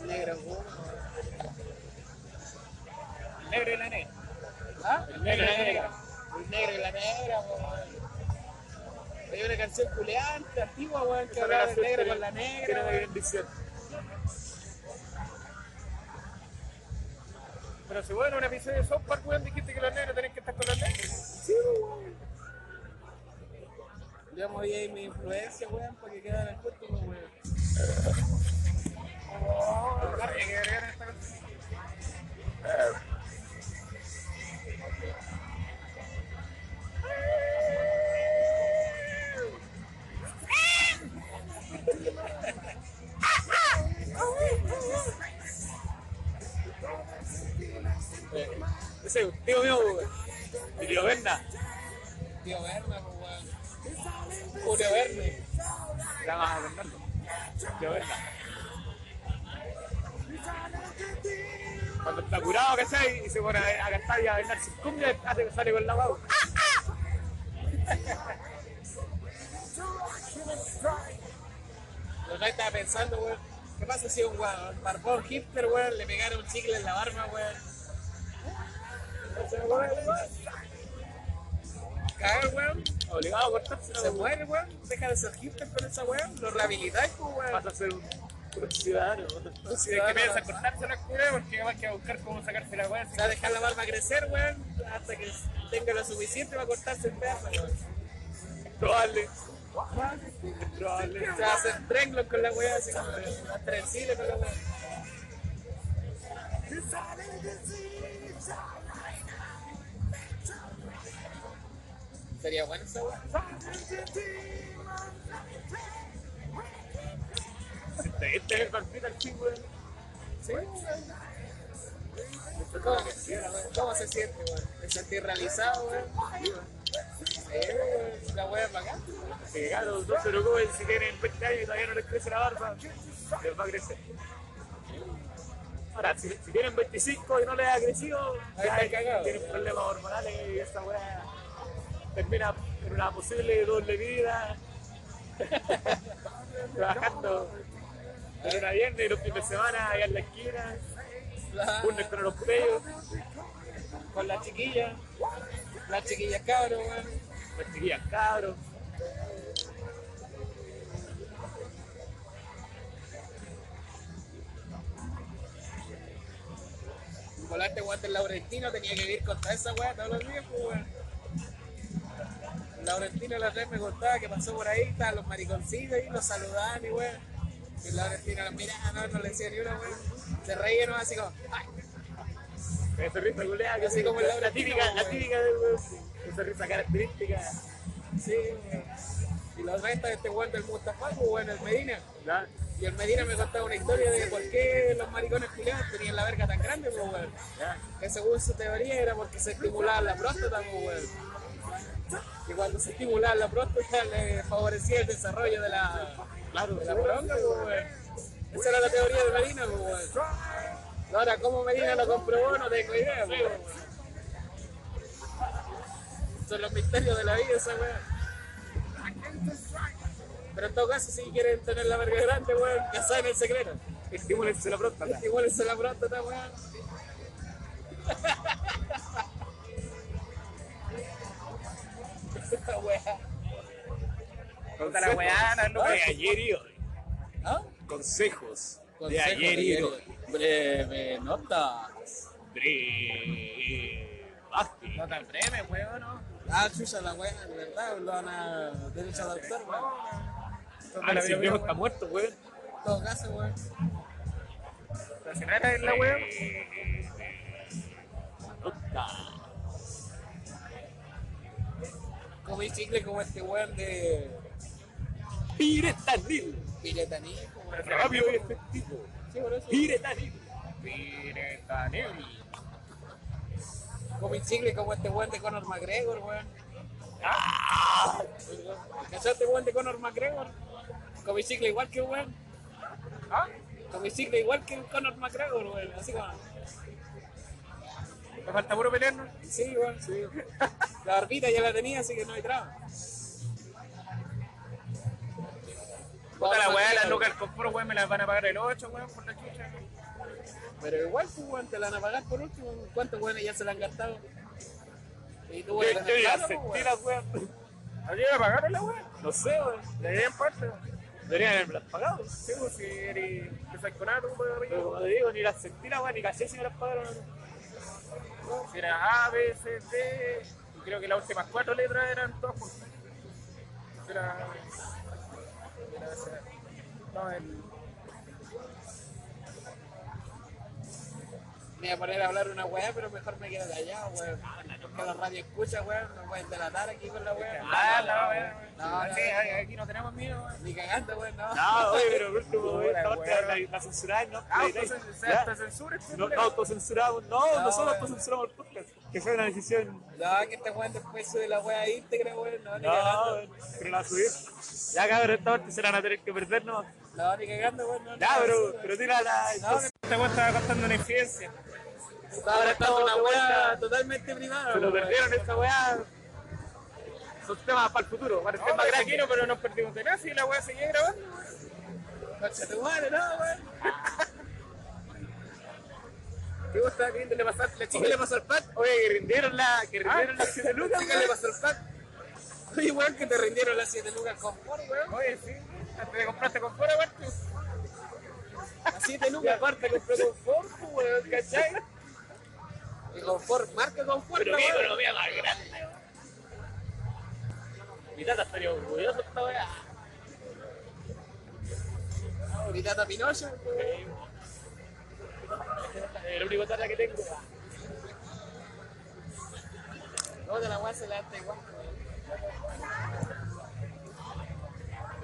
C: Negra, weón.
E: Negro y la negra.
B: ¿Ah?
E: Negro y la negra.
B: El negro y la negra, weón. Hay una canción culeante, antigua, weón, que hablaba del negro con la negra,
E: Tiene
B: weón.
E: bendición. Pero si bueno, un episodio de South Park, weón, dijiste que los negros tenían que estar con los negros.
B: Yo moví ahí mi influencia, weón, para que quedara el puesto, pues, weón.
E: Hay que agregar en esta canción. Ese es un tío mío, weón. Mi tío Berna.
B: Tío Berna, pues, weón. Julio Verne.
E: Se llama Bernardo. Tío Berna. Cuando está curado, ¿cachai? Y se pone a a cantar y a bailar sin cumbia, hace que sale con la guagua.
B: Lo que estaba pensando, weón. ¿Qué pasa si un weón, barbón hipster, weón, le pegara un chicle en la barba, weón? Cagar, weón.
E: Obligado a cortarse
B: Se muere, weón. Deja de ser hipster con esa weón. Lo rehabilitáis, pues, weón.
E: Vas a ser un, un ciudadano. ¿no?
B: Si
E: Si es que piensa cortarse la cura porque va a buscar cómo sacarse la weá.
B: Se va a dejar la barba crecer, weón, hasta que tenga lo suficiente para cortarse el pedazo, weón.
E: Es probable. Es probable.
B: Se va a hacer trenglon con la weá, así como las trenciles con la weá. Sería bueno esa weón.
A: Este este es el partido al fin, weón.
B: Sí, weón. ¿Cómo, cómo se siente, weón? ¿Se siente realizado, weón? Sí, weón. Sí, weón. La weón es bacán.
A: Que claro, no se preocupen si tienen 20 años y todavía no les crece la barba, les va a crecer. Ahora, si, si tienen 25 y no les ha crecido,
B: Ahí
A: ya
B: están cagados.
A: tienen problemas hormonales y esta weá termina en una posible doble vida. Trabajando de una viernes y los fines de semana allá en la esquina,
B: La,
A: un con los playos,
B: con la chiquilla. La chiquilla cabro, weón.
A: las chiquillas cabros.
B: Volante guante el Laurentino tenía que vivir contra esa weá todos los días, pues weón. El Laurentino la vez me contaba que pasó por ahí, estaban los mariconcitos ahí, los saludaban y weón. Y el Laurentino los miraba, no, no le decía ni una weón. Se reía nomás así como, ay,
A: Esa risa culeada, que
B: Así
A: sí,
B: como el
A: la,
B: Laura
A: típica,
B: Quino,
A: la
B: weón.
A: típica del weón. Esa risa característica.
B: sí, weón. Y los restos de este weón del Mustafa, pues weón, el Medina.
A: ¿verdad?
B: Y el Medina me contaba una historia de por qué los maricones culiados tenían la verga tan grande, pues weón.
A: Ya.
B: Que según su teoría era porque se estimulaba la próstata, pues weón. Y cuando se estimulaba la próstata le favorecía el desarrollo de la,
A: Claro,
B: de la poronga, pues weón. Esa era la teoría de Medina, pues weón. Ahora, cómo Medina lo comprobó, no tengo idea, pues weón. Son los misterios de la vida, esa weón. Pero en todo caso, si quieren tener la verga grande, weón, ya saben el secreto.
A: estimúlense la próstata.
B: Igual es la próstata, weón. Esa weá.
A: Consejos.
B: la weá, no, no,
A: de
B: no.
A: ayer y hoy.
B: ¿Ah?
A: Consejos. de
B: Consejo
A: ayer y hoy.
B: Breve nota.
A: Brevaje.
B: Nota breve, weón, ¿no? Ah, chucha, la weá, de verdad, lo van a derecho al autor, weón.
A: Ahora si el viejo está muerto, weón.
B: En todo caso, weón.
E: la weá.
A: Nota.
B: Comí chicle como este weón de
A: Piretanil.
B: Piletaní.
A: Rápido y efectivo.
B: Sí, por eso.
A: Piretanil.
B: Comí chicle como este weón de Conor McGregor, weón.
A: ¡Ah!
B: ¿Cachaste, weón, de Conor McGregor? Con bicicleta igual que weón. ¿Ah? Con bicicleta igual que Conor McGregor, weón. Así como.
E: Me falta puro pelearnos.
B: Sí, weón, sí. La barbita ya la tenía, así que no hay traba.
E: Puta la weá, las lucas con puro weón me las van a pagar el 8, weón, por la chucha.
B: Pero igual, pues, weón, te la van a pagar por último. ¿Cuántos weones ya se la han gastado? Y tú,
A: Yo
B: weón,
A: yo ya
B: claro, pues,
A: sentí
B: weón.
A: la weón.
E: ¿A ti me pagaron la weá?
A: No sé, weón.
E: De ahí en parte.
A: Deberían haberlas pagado.
E: Sí, pues si eres desaconado, un poco
A: Pero
E: arriba.
A: como te digo, ni las sentí la weón, ni caché si me las pagaron o no.
E: Si era A, B, C, D. y Creo que las últimas cuatro letras eran todas juntas. Era. era esa- No, el.
B: Me voy a poner a hablar una weá, pero mejor me quedo callado, weón. Que la radio escucha, weón. No pueden delatar aquí con la weá.
E: Ah, la
A: eh.
E: weá.
B: No, no,
E: Sí,
B: no.
E: ay, aquí no tenemos miedo, eh. weón.
B: Ni cagando, weón, no.
A: No, oye, pero por último, oye,
E: Hola,
A: esta parte la,
E: weón.
A: la, la censuráis, ¿no?
E: Ah,
A: La editáis.
E: entonces, o
A: Ya.
E: sea, hasta censura este
A: No, no
E: culiao.
A: autocensuramos, no, nosotros
B: weón.
A: autocensuramos el podcast. Que fue una decisión.
B: No, que este weón después sube la wea a Instagram, weón. No, ni
A: No,
B: cagando.
A: weón, pero la subir. Ya, cabrón, esta parte se la van a tener que perder, ¿no?
B: No, ni cagando, weón. No,
A: Ya, pero, pero tira la.
B: No,
A: entonces,
E: Este weón estaba contando una infidencia.
B: no, ahora estamos en una wea totalmente privada.
A: se lo
B: weón.
A: perdieron esta weá. Son temas para el futuro, para el
E: No,
A: tema
E: me
A: grande.
E: tranquilo, pero nos perdimos de nada y la weá seguía grabando.
B: Concha tu madre, no, weón. ¿Te gusta que le pasar? ¿La chica le pasó al pat?
A: Oye, que rindieron la. Que
E: Ah,
A: rindieron la acción de
B: ¿La
A: Lucas,
B: chica le pasó al pat? Oye, weón, que te rindieron las 7 lucas con Fori, weón.
E: Oye, sí. Antes de comprarte con fuera, aparte.
B: Las 7 lucas aparte compré con Ford, weón, ¿cachai? Y con Ford, marca con Ford,
A: Pero qué
B: weón.
A: economía más grande, weón. Mi tata estaría orgulloso de esta weá.
B: Mi tata Pinocho, weón.
A: El único tata que tengo.
B: No, de la weá se la da igual, weón.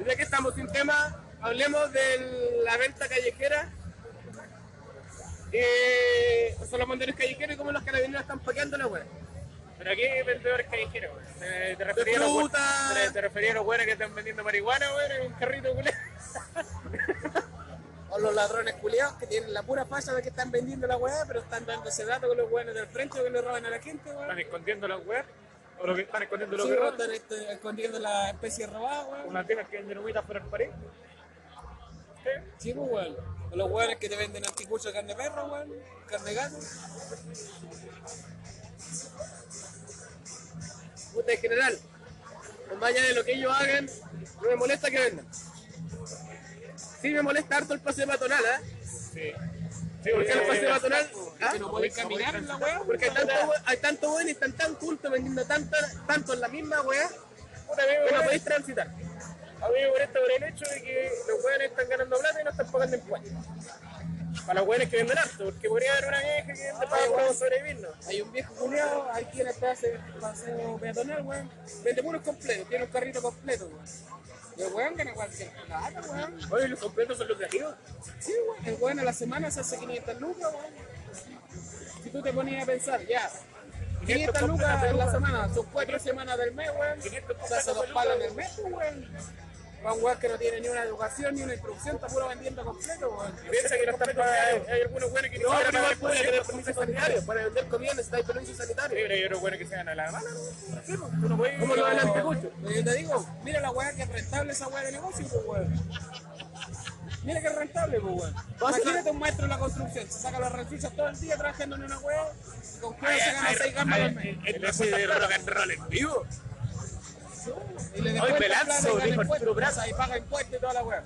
C: Ya que estamos sin tema, hablemos de la venta callejera. Eh, son los banderos callejeros y cómo los carabineros están paqueando la weá.
E: ¿Pero aquí vendedores callejeros? weón? ¿Te, te
C: De
E: refería a los weones-
C: fruta,
E: te- te refería a los buenos que están vendiendo marihuana, weón, en un carrito culé?
B: O los ladrones culiados que tienen la pura falla de que están vendiendo la weá, pero están dándose datos con los weones del frente que le roban a la gente, weón.
E: Están escondiendo las weas, o lo que están escondiendo los
B: Sí,
E: que
B: weón,
E: roban.
B: están este, escondiendo la especie robada, weón.
E: Unas viejas que venden humitas por el pared.
B: Sí, pues, weón. O los weones que te venden anticucho de carne de perro, weón. Carne de gato.
C: puta en general. Con más allá de lo que ellos hagan, no me molesta que vendan. Sí me molesta harto el paseo peatonal, ¿eh?
E: Sí.
C: Porque el paseo peatonal... ¿ah?
B: Que no podéis caminar en la weá.
C: Porque hay tanto, we- hay tanto bueno y están tan juntos vendiendo tanto, tanto en la misma weá que no podéis transitar.
E: A mí me molesta por el hecho de que los hueones están ganando plata y no están pagando impuestos. Para los hueones que venden harto, porque podría haber una vieja que
B: Ah,
E: vende para poder sobrevivir, ¿no?
B: Hay un viejo culiado aquí en el pase- paseo peatonal, weón. Vende puros completos, tiene un carrito completo, weón. Y el weón gana cualquier plata, weón.
C: Oye, los completos son lucrativos.
B: Sí, weón. El weón a la semana se hace 500 lucas, weón. Si tú te ponías a pensar, ya. 500 lucas en la semana, son 4 semanas del mes, weón. Se hace dos palos en el mes, pues, weón. Va un weón que no tiene ni una educación ni una instrucción, está puro vendiendo completo, weón.
C: Piensa que no están pagando. Hay algunos buenos que no
E: siquiera
C: pero igual
E: pagan por
C: pueden tener
E: ciento,
C: permiso sanitario. Para vender comida necesitáis permiso sanitario.
E: Pero hay otros hueones que se ganan la mano, pues, ¿no?
C: ¿Cómo lo hablan de mucho?
B: Pero Yo te digo, mira la weá que es rentable esa weá de negocio, pues weón. Mira que es rentable, pues weón.
C: Vas a-
B: Imagínate un maestro de la construcción, se saca las rechuchas todo el día trabajando en una weá, y con cueva se gana 6 gambas al mes.
C: El de rock and roll en vivo.
B: Y le
C: hoy
B: descuentan
C: me lanzo,
B: plata y gana
C: dijo
B: impuestos,
C: Arturo Braza.
B: y paga impuestos y toda la weá.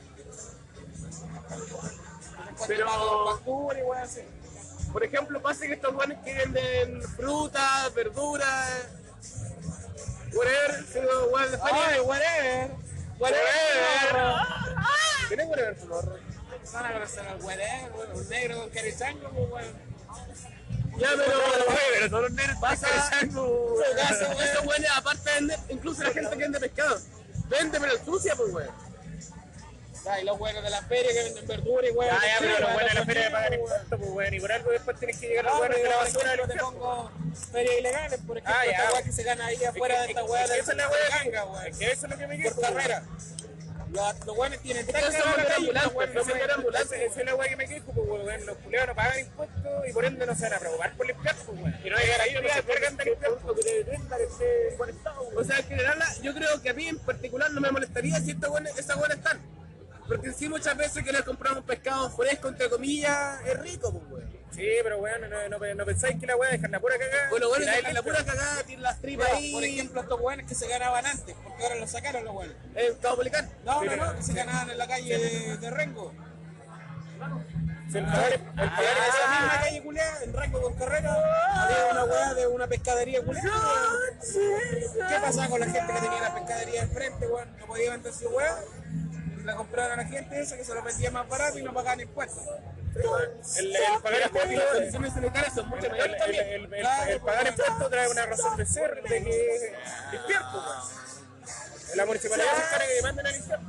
C: Pero-
B: Factura y weá así.
C: Por ejemplo, pasa que estos buenos que venden frutas, verduras, whatever, si los buenos de feria.
B: Ay, whatever.
C: Whatever.
E: ¿Tenés whatever flor?
B: Van a abrazar al whatever, weón. Un negro con carichango, pues weón.
C: Ya, pero
E: Pero todos los nerds
C: pasa.
B: Su casa, weón.
C: Estos buenos, aparte de vender, incluso la gente que vende pescado, vende pero sucia, pues, weón.
B: Ya, y los weones de la feria que venden verduras y weón.
E: Ah, ya, pero los
B: weón
E: buenos de la feria de pagar impuestos, pues, weón. Y por algo después tienes que llegar a
C: Ah,
B: No,
E: los hueones
B: pero
E: de la
B: por
E: basura
B: ejemplo,
E: del
B: te pongo ferias ilegales, por ejemplo,
E: Ah, ya,
B: esta weá
E: bueno.
B: que se gana ahí afuera de esta weá de
E: Esa es la hueá que-
B: ganga,
E: es
B: weón.
E: que eso es lo que me quejo,
B: Por
E: weón.
B: carrera. Los los weones tienen
C: que
B: tanta
C: son
B: carrera
C: de
B: ahí,
C: ambulancia,
B: los weones
C: no
B: no
C: se
B: pueden-
C: quedan
E: Esa esa es la hueá que me quejo, pues, weón. Los culeados no pagan impuestos y por ende no se van a preocupar por limpiar, pues, weón. Y no hay garantía de que vendan a limpiar, pues.
C: O sea, en general, la- yo creo que a mí en particular no me molestaría si estas buenas, esas buenas están. Porque sí, muchas veces que le compramos pescado fresco, entre comillas, es rico, pues, weón.
E: Sí, pero weón, no, no, no pensáis que la weá dejar la pura cagada.
C: Bueno, bueno,
E: Y la
C: es que la
E: dejan
C: pura cagada, tiene las tripas
B: Mira,
C: ahí,
B: Por ejemplo, estos weones que se ganaban antes, porque ahora los sacaron los weones.
C: en Caupolicán.
B: No, no, no, que se ganaban en la calle de, de Rengo.
E: Si el pagar, el
B: Ah,
E: pagar
B: en esa misma calle culiá, en Rango con Carrera, había una weá de una pescadería culiá. weón. ¿Qué pasaba con la gente que tenía la pescadería enfrente, weón? No podía vender su weá. La compraron a la gente esa que se lo vendía más barato y no pagaban impuestos.
E: el, el pagar
C: Las
E: impuestos. el-
C: condiciones sanitarias son mucho
E: El,
C: mayores
E: el,
C: también.
E: el- el- el pagar impuestos trae una razón de ser de que limpiar, pues, weón. La municipalidad es cara que manden a limpiar.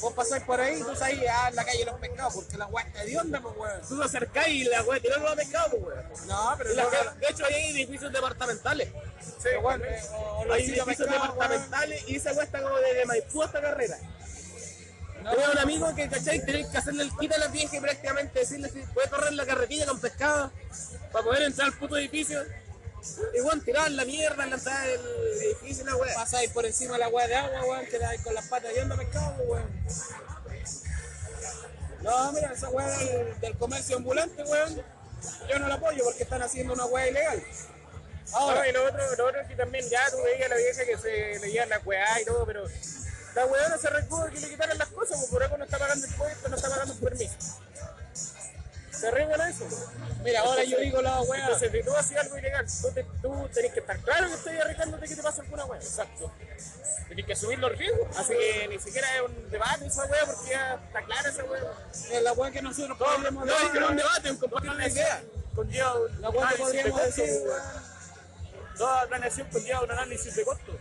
B: Vos pasás por ahí, tú sabés, ah, en la calle de los pescados, porque la weá está hedionda, pues weón.
C: Tú te acercás y la weá tiró los pescados, pues, weón.
B: No, pero
C: Y la
B: no,
C: gente- De hecho, ahí hay edificios departamentales.
E: Sí,
B: pero, weón,
E: weón.
B: eh, o- o los
C: Hay
B: sitios
C: edificios
B: pescados, weón.
C: departamentales y esa weá está como desde Maipú hasta Carrera. Tenía un amigo que, ¿cachai? Tenés que hacerle el quita a las viejas y prácticamente decirle si puede correr la carretilla con pescado para poder entrar al puto edificio. Y bueno, tirar la mierda en la entrada del edificio, la weá.
B: Pasáis por encima de la weá de agua, weón, que la- con las patas hediondas pescado, pues, weón. No, mira, esa weá del, del comercio ambulante, weón, yo no la apoyo porque están haciendo una weá ilegal.
E: No, y lo otro, lo otro es que también ya tú veías a la vieja que se leía la weá y todo, pero la weá no se arregló de que le quitaran las cosas, porque por algo no está pagando impuestos, no está pagando permiso. Se arregla eso. po.
B: Mira, ahora yo digo la weá.
E: Entonces, si tú haces algo ilegal, tú, te- tú tenés que estar claro que estás arriesgándote que te pase alguna weá. Exacto. Tenés que subir los riesgos. Así que ni siquiera es un debate esa weá, porque ya está clara esa weá.
B: Es la weá que nosotros podríamos
C: No, es que
B: decir.
C: era un debate, un compartir una idea.
B: La weá que podríamos decir, weón.
A: Toda planeación conlleva un análisis de costo.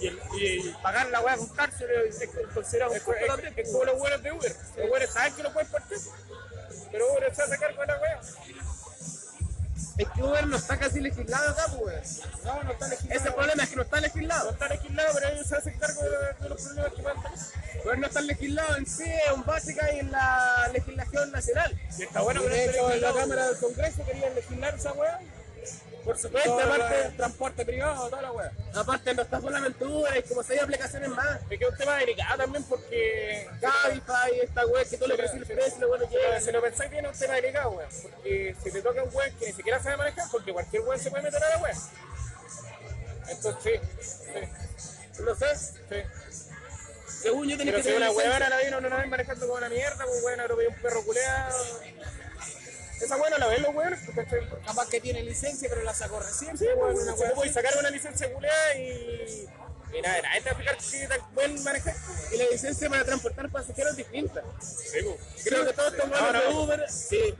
E: Y, el- y- y pagar la weá con cárcel es, es considerado un costo también. Es como los buenos de Uber. Los buenos saben que lo pueden partir, pero Uber se hace cargo de la weá.
C: Es que Uber no está casi legislado acá, pues. weón.
E: No, no están legislados.
C: Ese problema es que no está
E: No
C: legislado.
E: están legislados, pero ellos se hacen cargo de, la- de los problemas que van a tener.
C: Uber no está legislado en sí, es un básica y en la legislación nacional.
E: Y está bueno que no
B: De
E: esté
B: hecho, en la
E: legislado,
B: Cámara del Congreso querían legislar esa weá.
E: Por supuesto,
B: Toda la
E: aparte.
B: parte del transporte privado, toda la weá.
C: Aparte, no está solamente Uber, hay como seis aplicaciones más.
E: Me queda un tema delicado también porque.
C: Cabify, esta web que tú le
E: Pero-
C: crees el precio, lo bueno que
E: Pero si lo pensáis bien, es un tema delicado, weón. Porque si te toca un weón que ni siquiera sabe manejar, porque cualquier weón se puede meter a la weón. Entonces, sí. sí. ¿Lo sé? Sí.
C: Según yo tenés
E: Pero
C: que
E: si
C: tener
E: una
C: licencia.
E: weona la vino una vez manejando como una mierda, pues weón, ahora veía un perro culeado. Esa weón no la ven los weones, porque estoy.
B: Capaz que tiene licencia, pero la sacó recién.
E: Sí,
B: weón,
E: pues, si
B: una weá
E: te
B: así.
E: puedes sacar una licencia culeada y. Y nada, nada, este aplicar si tan buen manejar.
C: Y la licencia para transportar pasajeros es distinta.
E: Sí, pues.
C: Creo que todos estos buenos
E: Ahora,
C: de Uber, sí.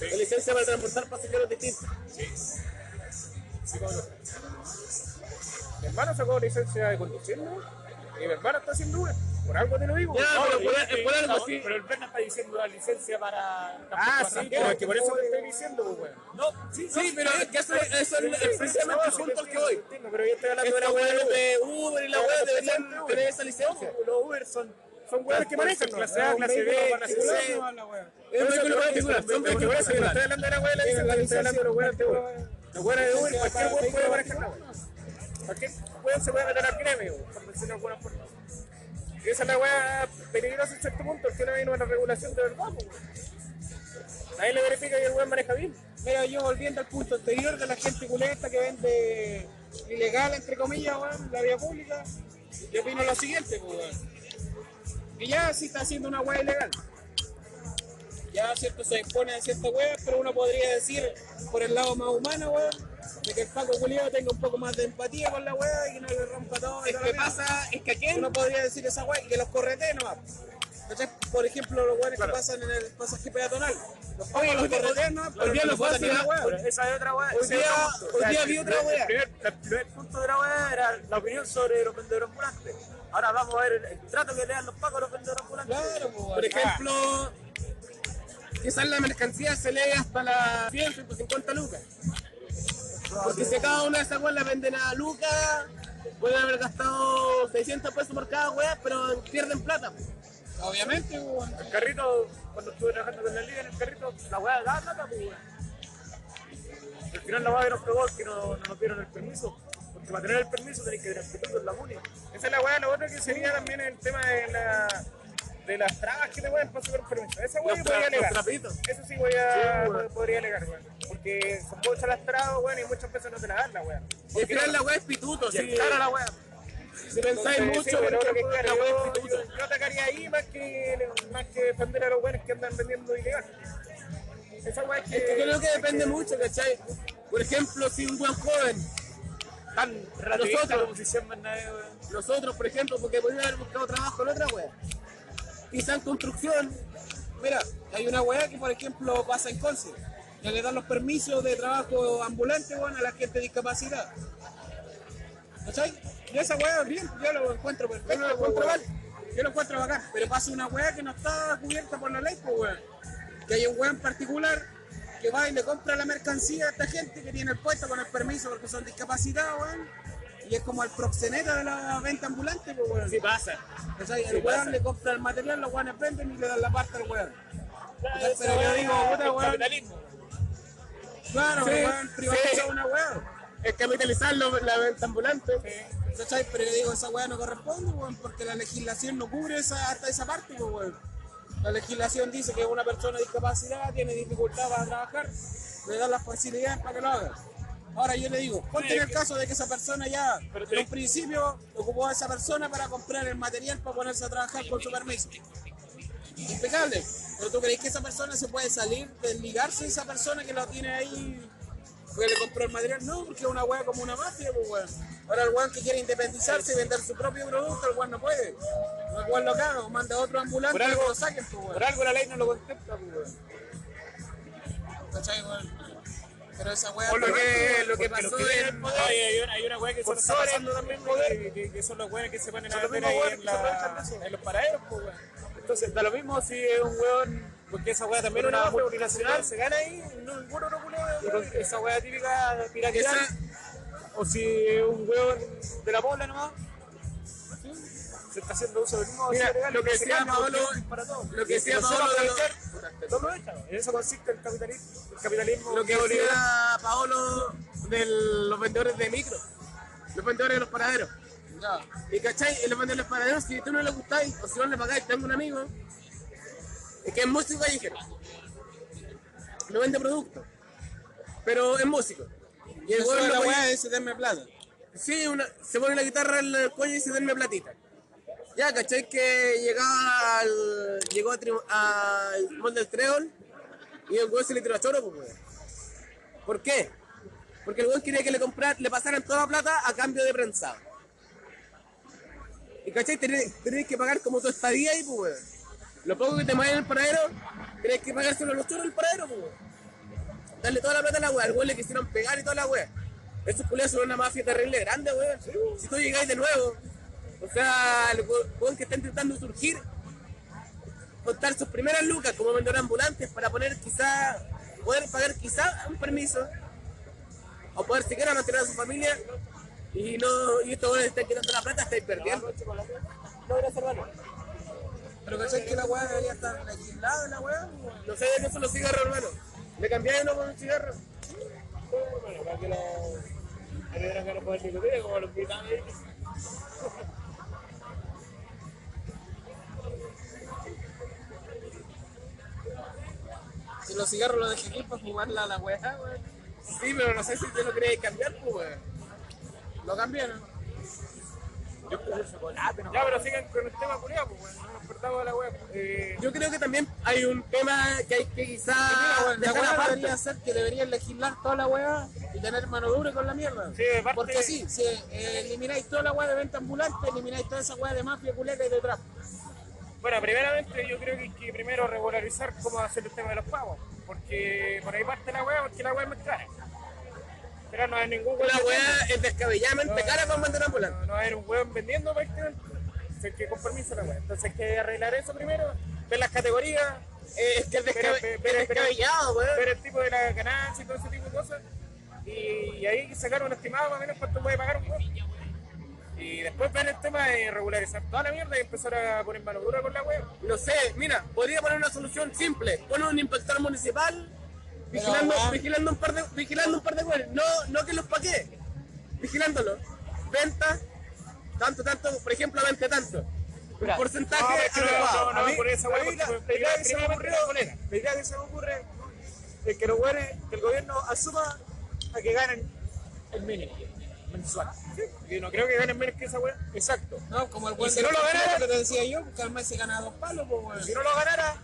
C: La licencia para transportar pasajeros es distinta.
E: Mi hermano sacó licencia de conducir, ¿no? Y mi hermano está haciendo Uber. Por algo te lo digo.
C: Ya,
E: No,
C: pero
E: digo
C: por-
E: que-
C: por algo
E: no,
C: sí.
E: Pero el Berna está diciendo la licencia para. Ah, sí,
B: pero
E: que por eso te estoy diciendo, pues, weón.
B: No, sí,
C: Sí, pero es que eso es, eso es
E: Sí,
C: precisamente el
E: sí,
C: punto al
E: sí,
C: que voy.
E: entiendo, Pero yo estoy hablando de una
C: Estos
E: weá de
C: buenos
E: Uber.
C: de Uber y la web deberían tener esa licencia.
E: Los Uber son. Son weones que manejan, ¿no? clase
B: Es
E: A,
B: un
E: clase B,
B: vehículo
E: clase
B: particular,
E: C.
B: no va la weá.
C: Es un vehículo particular, son
E: Pero que por
C: vehículos
E: eso yo no estoy
C: particulares.
E: hablando de la weá de la
B: Sí,
E: licencia,
B: la
E: estoy hablando de los weones de Uber. Los weones de Uber,
B: Licencia
E: cualquier
B: para
E: weón puede
B: vehículos
E: manejar, weón. Cualquier weón se puede meter al gremio, por decirlo de alguna forma. Y esa es la weá peligrosa en cierto punto, que no hay una regulación de verdad, pues, weón. Nadie le verifica que el weón maneja bien.
B: Mira, yo volviendo al punto anterior de la gente culeta que vende ilegal, entre comillas, weón, en la vía pública, yo opino lo siguiente, pues, weón. Que ya sí está haciendo una weá ilegal. Ya, cierto, se expone a ciertas weas, pero uno podría decir, por el lado más humano, weón, de que el Paco culiado tenga un poco más de empatía con la wea y que no le rompa todo. y
C: Es
B: toda
C: que
B: la mierda.
C: pasa, es que aquí
B: Uno podría decir esa weá y que los corretee nomás. ¿Cachai? Por ejemplo, los weones que pasan en el pasaje peatonal. Los pacos los corretean nomás, pero
C: hoy día
B: no
C: los
B: les
C: pasa
B: hacen la weá.
E: Pero esa es otra weá.
B: Hoy
E: ese es
B: día-
E: otro punto.
B: hoy
E: O sea,
B: día
E: el
B: vi otra
E: primer-
B: weá.
E: El primer, el primer punto de la weá era la opinión sobre los vendedores ambulantes. Ahora vamos a ver el, el trato que le dan los pacos a los vendedores ambulantes.
B: Claro, pues,
C: Por ejemplo, quizás la mercancía se lee hasta las 100, 150 lucas. Porque si cada una de esas weas la venden a lucas, pueden haber gastado 600 pesos por cada wea, pero pierden plata. po.
B: Obviamente, weón.
E: El carrito, cuando estuve trabajando con la liga en el carrito, la weá daba plata, pues weá. Al final la weá que nos probó es que no, no nos dieron el permiso. Porque para tener el permiso tenéis que transmitirlo en la MUNI. Esa es la weá, lo otro que sería también el tema de la. De las trabas que te pueden pasar por permiso. Esa weá yo podría alegar. Eso sí voy a, podría alegar, weón. Porque son muchas las trabas, weón, y muchas veces no te las dan la weá.
C: Y al final la wea es pituto.
E: Y
C: Si,
E: es cara la weá.
C: si pensáis
E: Entonces, sí,
C: mucho,
E: pero
C: por
E: lo que es
C: ejemplo,
E: caro,
C: la wea es
E: yo-
C: pituto.
E: yo- Yo atacaría ahí más que, más que defender a los buenos que andan vendiendo ilegal. Esa weá es que.
C: Es que yo creo que depende mucho, ¿cachai? Por ejemplo, si un buen joven,
E: Tan
C: relativista
E: nosotros.
C: la nosotros, por ejemplo, porque podrían haber buscado trabajo en otra wea, quizá en construcción,
B: Mira, hay una weá que, por ejemplo, pasa en Conce, que le dan los permisos de trabajo ambulante weón, a la gente discapacitada. ¿Cachai? Y esa weá bien, yo lo encuentro perfecto,
C: Yo no lo
B: lo encuentro
C: puedo,
B: mal, yo lo encuentro bacán, pero pasa una weá que no está cubierta por la ley, pues weón. Que hay un weón particular que va y le compra la mercancía a esta gente que tiene el puesto con el permiso porque son discapacitados, weón. Y es como el proxeneta de la venta ambulante, pues weón.
C: si pasa.
B: O sea, el weón le compra el material, los weones venden y le dan la parte al weón. O sea, pero yo digo, puta weón. Claro,
C: Sí,
B: weón, privatiza
C: sí.
B: una weón.
C: es capitalizar lo- la venta ambulante.
B: ¿Cachai? Pero yo digo, esa weá no corresponde, weón, porque la legislación no cubre esa, hasta esa parte, pues, weón. La legislación dice que una persona discapacitada tiene dificultad para trabajar, le dan las facilidades para que lo haga. Ahora yo le digo, ponte en el caso de que esa persona ya, en un principio, ocupó a esa persona para comprar el material para ponerse a trabajar con su permiso. Impecable. Pero tú crees que esa persona se puede salir, desligarse de esa persona que lo tiene ahí porque le compró el material, no, porque es una weá como una mafia, pues weón. Ahora el weón que quiere independizarse y vender su propio producto, el weón no puede. El weón lo caga, o manda a otro ambulante
E: Por algo-
B: y que lo saquen, pues weón.
E: Por algo la ley no lo contempla, pues, weón.
B: ¿Cachai, weón? Pero esa wea.
C: Por lo que, lo que
A: Porque
C: pasó
A: los que
C: en el
A: tienen
E: No, y hay una, hay una weá que
C: Por
E: solo está
C: sobre,
E: pasando
C: no
E: también,
C: tienen poder.
E: que, que- que son los weones que se ponen a
C: Son los
E: vender
C: mismos
E: ahí
C: weones
E: en,
C: que
E: la-
C: se aprovechan de eso.
E: en los paraderos, pues, weón. Entonces, da lo mismo si es un weón, porque esa weá también es una
C: Pero no,
E: multinacional, se gana ahí, no, ninguno no culea, weón, esa weá típica de piratear,
C: Esa-
E: o si es un weón de la bola nomás, se está haciendo uso del mismo
C: Mira,
E: legal,
C: lo que
E: se
C: decía
E: gana,
C: Paolo-
E: porque es para todos.
C: lo que
E: Y
C: decía
E: no se va a
C: Paolo de los-
E: aprovechar, no lo echan. En eso consiste el capitalismo, el capitalismo
C: lo que
E: neoliberal.
C: decía Paolo de los vendedores de micro, los vendedores de los paraderos. Y cachai, y los vendedores de los paraderos, si tú no le gustáis o si no le pagáis, tengo un amigo es que es músico callejero, no vende productos, pero es músico. Y el
B: Eso
C: weón
B: es
C: lo
B: la
C: ponía-
B: wea ese denme plata.
C: Sí, una, se pone la guitarra en el cuello y se denme platita. Ya, ¿cachai? Que llegaba al, llegó a tri- al mall del Trébol y el weón se le tiró a choro, pues, weón. ¿Por qué? Porque el weón quería que le comprar, le pasaran toda la plata a cambio de prensado. Y cachai, tenés, tenés que pagar como tu estadía ahí, pues, weón. Lo poco que te mueven en el paradero, tenés que pagárselo a los choros del paradero, pues, weón. Darle toda la plata a la weá, al weón le quisieron pegar y toda la weá. Estos culiados son una mafia terrible grande, weón. Si tú llegáis de nuevo, o sea, el we- weón que está intentando surgir, contar sus primeras lucas como vendedor ambulantes para poner quizá, poder pagar quizá un permiso, o poder siquiera mantener a su familia, y no, y estos weones están quitando la plata, estáis perdiendo.
B: Pero cachai que la wea debería estar legislada, la wea.
C: No sé de qué son los cigarros, hermano. ¿Le cambiáis uno por un cigarro?
E: Bueno, para que los heredan que no pueden discutir, como los británicos.
B: Si los cigarros los dejé aquí para jugarla a la wea, weón.
C: Sí, pero no sé si te lo queréis cambiar, pues, weón.
B: Lo cambiaron.
E: Ya, pero sigan con el tema culiado, pues, bueno, no nos perdamos de la web. Eh,
C: Yo creo que también hay un tema que hay que
B: Mira,
C: quizá
B: weón, la
C: Ah, dejar
B: weá
C: aparte.
B: debería ser que deberían legislar toda la weá y tener mano dura con la mierda.
E: Sí, de parte-
B: Porque sí, si eh, elimináis toda la weá de venta ambulante, elimináis toda esa weá de mafia culera y de trap.
E: bueno, primeramente yo creo que hay que primero regularizar cómo hacer el tema de los pagos, porque por ahí parte la web, porque la web es más cara. Pero no hay ningún
C: La
E: weón
C: weá es descabelladamente cara para mandar ambulante.
E: vendiendo, No, no hay un weón vendiendo para este Entonces, que con permiso la web. Entonces, hay que arreglar eso primero, ver las categorías,
C: Eh, es que es, descabe-
E: Pero, pero,
C: es
E: pero-
C: descabellado, weón.
E: ver el tipo de la ganancia y todo ese tipo de cosas. Y, y ahí sacar un estimado más o menos cuánto puede pagar un juego. Y después ver el tema de regularizar toda la mierda y empezar a poner mano dura con la web.
C: No sé, mira, podría poner una solución simple. Pon un inspector municipal vigilando,
B: weón.
C: vigilando un par de vigilando un par de weones. No, no que los paqué. Vigilándolo. Venta, tanto, tanto, por ejemplo, vente tanto. Un
E: No,
C: porcentaje
E: pero no,
C: adecuado.
E: no, no,
C: A mí-
E: por esa wea,
C: a mí
E: porque
C: la-
E: fue-
C: la idea que se me
E: primeramente
C: ocurrió-
E: la bolera.
A: La idea que se me ocurre es que los güeyes, que el gobierno asuma a que ganen el mínimo mensual.
E: Yo no creo que ganen menos que esa web. Exacto.
B: No, como el weón
E: si
B: del
E: no lo
B: complejo
E: ganan-
B: que te decía yo, que al mes se gana dos palos, pues weón.
E: Si no lo ganara,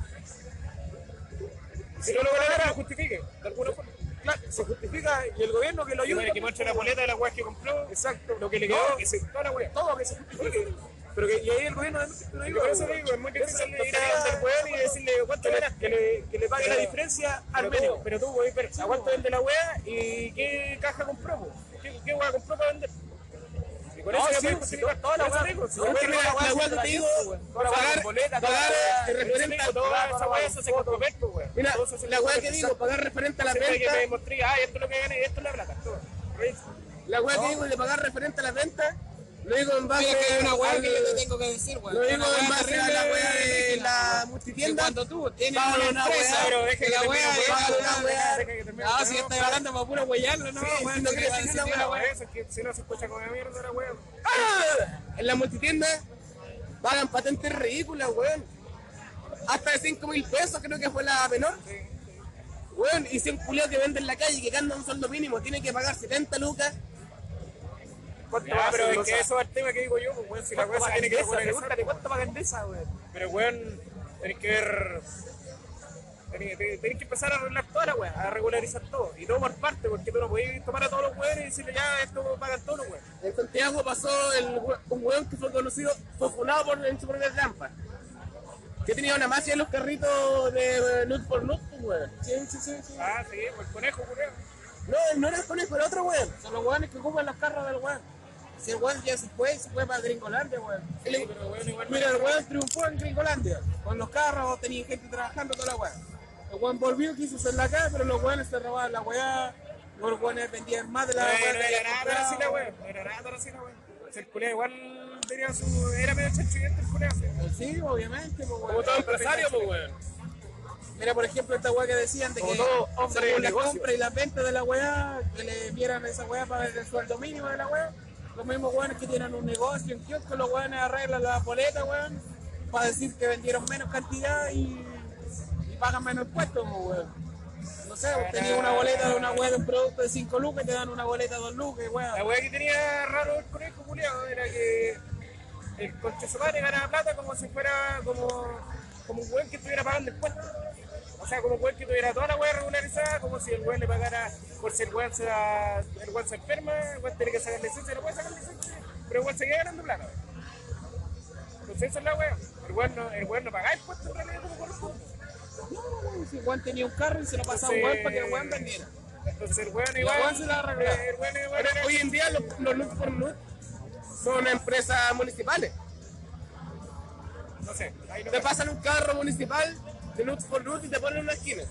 E: si no lo ganara, lo pues, justifique. De alguna forma.
A: Claro, se justifica y el gobierno que lo
E: Yo
A: ayude.
E: que pues, muestre la boleta de la web que compró.
A: Exacto.
E: Lo que le quedó, que se toda la wea.
A: Todo que se justifique. Pero que y ahí el gobierno también te lo
E: Yo
A: digo.
E: Por eso le digo, es muy difícil
A: Eso,
E: ir a del weón y decirle cuánto ganaste.
A: que le, que le pague
E: Pero-
A: la diferencia al
E: Pero tú,
A: menos.
E: pero tú, güey, pero ¿a cuánto vende la wea y qué caja compró? po? ¿Qué, qué wea compró para vender? Y con
A: No,
E: eso ya puedes
A: sí, si
E: justificar
A: to-
E: toda la
A: por eso
E: wea.
A: te digo, si
E: No,
A: no
E: es que
C: Porque mira,
E: la wea
C: la
E: wea
C: weá que te digo,
E: Toda la wea
C: pagar,
E: con boleta, toda la-
C: pagar eh, referente
E: Toda
C: a
E: esa wea se hace con papel, po, wea.
C: Mira,
E: Todo se hace
C: la
E: con
C: weá
E: papel,
C: que digo, pagar referente a la
E: Siempre que
C: venta,
E: me demostré, ah, esto es lo que gané, esto es la plata. todo.
C: la weá que digo de pagar referente a la venta, lo digo en base
B: Mira que hay una weá
C: al-
B: que yo te tengo que decir, weón.
C: Lo
B: Una
C: digo
B: weá
C: en base a
B: terrible
C: la weá de la
B: Que
C: multitienda.
B: cuando tú tienes
C: Pablo,
B: una
C: una
B: empresa,
C: weá,
E: pero deja
B: que
E: que
B: la
E: termine,
B: weá
E: por
B: es
E: favor,
B: una weá.
E: deja que termine,
B: Ah,
E: por
B: si
E: favor.
B: estoy hablando para puro weyarlo, no,
C: Sí,
B: weón.
C: no
B: si
C: quiere
B: te
C: decir
B: voy a
C: una
B: decir
C: weá.
E: Por eso, es que si no se escucha como una mierda la wea.
C: ¡Ah! En la multitienda pagan patentes ridículas, weón. Hasta de 5 mil pesos, creo que fue la menor. Weón, y si un culiao que vende en la calle que gana un sueldo mínimo tiene que pagar 70 lucas.
E: Ya, pero es que eso es el tema que digo yo, pues, weón, si la wea se tiene que regularizar.
A: Pregúntate cuánto pagan de esa, güey.
E: Pero, weón, tenés que ver. Tenés, tenés- tenés que empezar a arreglar toda la weá, a regularizar todo. Y no por parte, porque tú no podés tomar a todos los weones y decirle ya, esto pagan todos los weones.
C: En Santiago pasó el we- un weón que fue conocido, fue funado por, en su propia trampa. Que tenía una mafia en los carritos de eh, nut por nut, pues, weón.
B: Sí, sí, sí, sí.
E: Ah, sí, pues, el conejo, weón.
B: no era el conejo, era otro weón. Son los weones que ocupan los carros del weón. Si el weón ya se fue, se fue para Gringolandia, weón. Mira, el weón triunfó en Gringolandia. Con los carros, tenía gente trabajando toda la weón. El weón volvió, quiso hacer la cara, pero los weones se robaban la weá. Los weones vendían más de la
E: No
B: weá.
E: era- no era nada Tarasina, weón. No era nada Tarasina, weón. Si el culiao igual tenía su. Era medio chanchillento el culiao, sí.
B: Sí, obviamente, pues, weón.
C: Como todo empresario, pues, weón.
B: Mira, por ejemplo, esta weá que decían de que
E: Como todo hombre de
B: según la
E: negocio.
B: compra y la venta de la weá, que le dieran esa weá para el sueldo mínimo de la weá. Los mismos weones que tienen un negocio en kiosco, los weones arreglan la boleta, weón, para decir que vendieron menos cantidad y, y pagan menos impuestos, pues, weón. No sé, vos tenías una boleta de una weá de un producto de 5 lucas y te dan una boleta de 2 lucas,
E: La
B: weón.
E: weá que tenía raro el conejo culiao era que el conche su madre ganaba plata como si fuera como, como un weón que estuviera pagando impuestos. O sea, como un weón que tuviera toda la weá regularizada, como si el weón le pagara por si el weón se, da- el weón se enferma, el weón tiene que sacar licencia, no puede sacar licencia, pero el weón seguía ganando plata. Entonces esa es la weá. El weón no, el weón no pagaba impuestos en realidad como corresponde.
B: No, weón, Uh, si el weón tenía un carro y se lo pasaba a un
E: Entonces-
B: weón para que el weón vendiera.
E: Entonces el weón igual.
B: weón se la arreglaba.
E: el weón igual
C: Pero
E: era-
C: hoy en día los, los Lux por Lux son empresas municipales.
E: No sé, ahí no
C: Te pasan un carro municipal de Lux por Lux y te ponen en una esquina.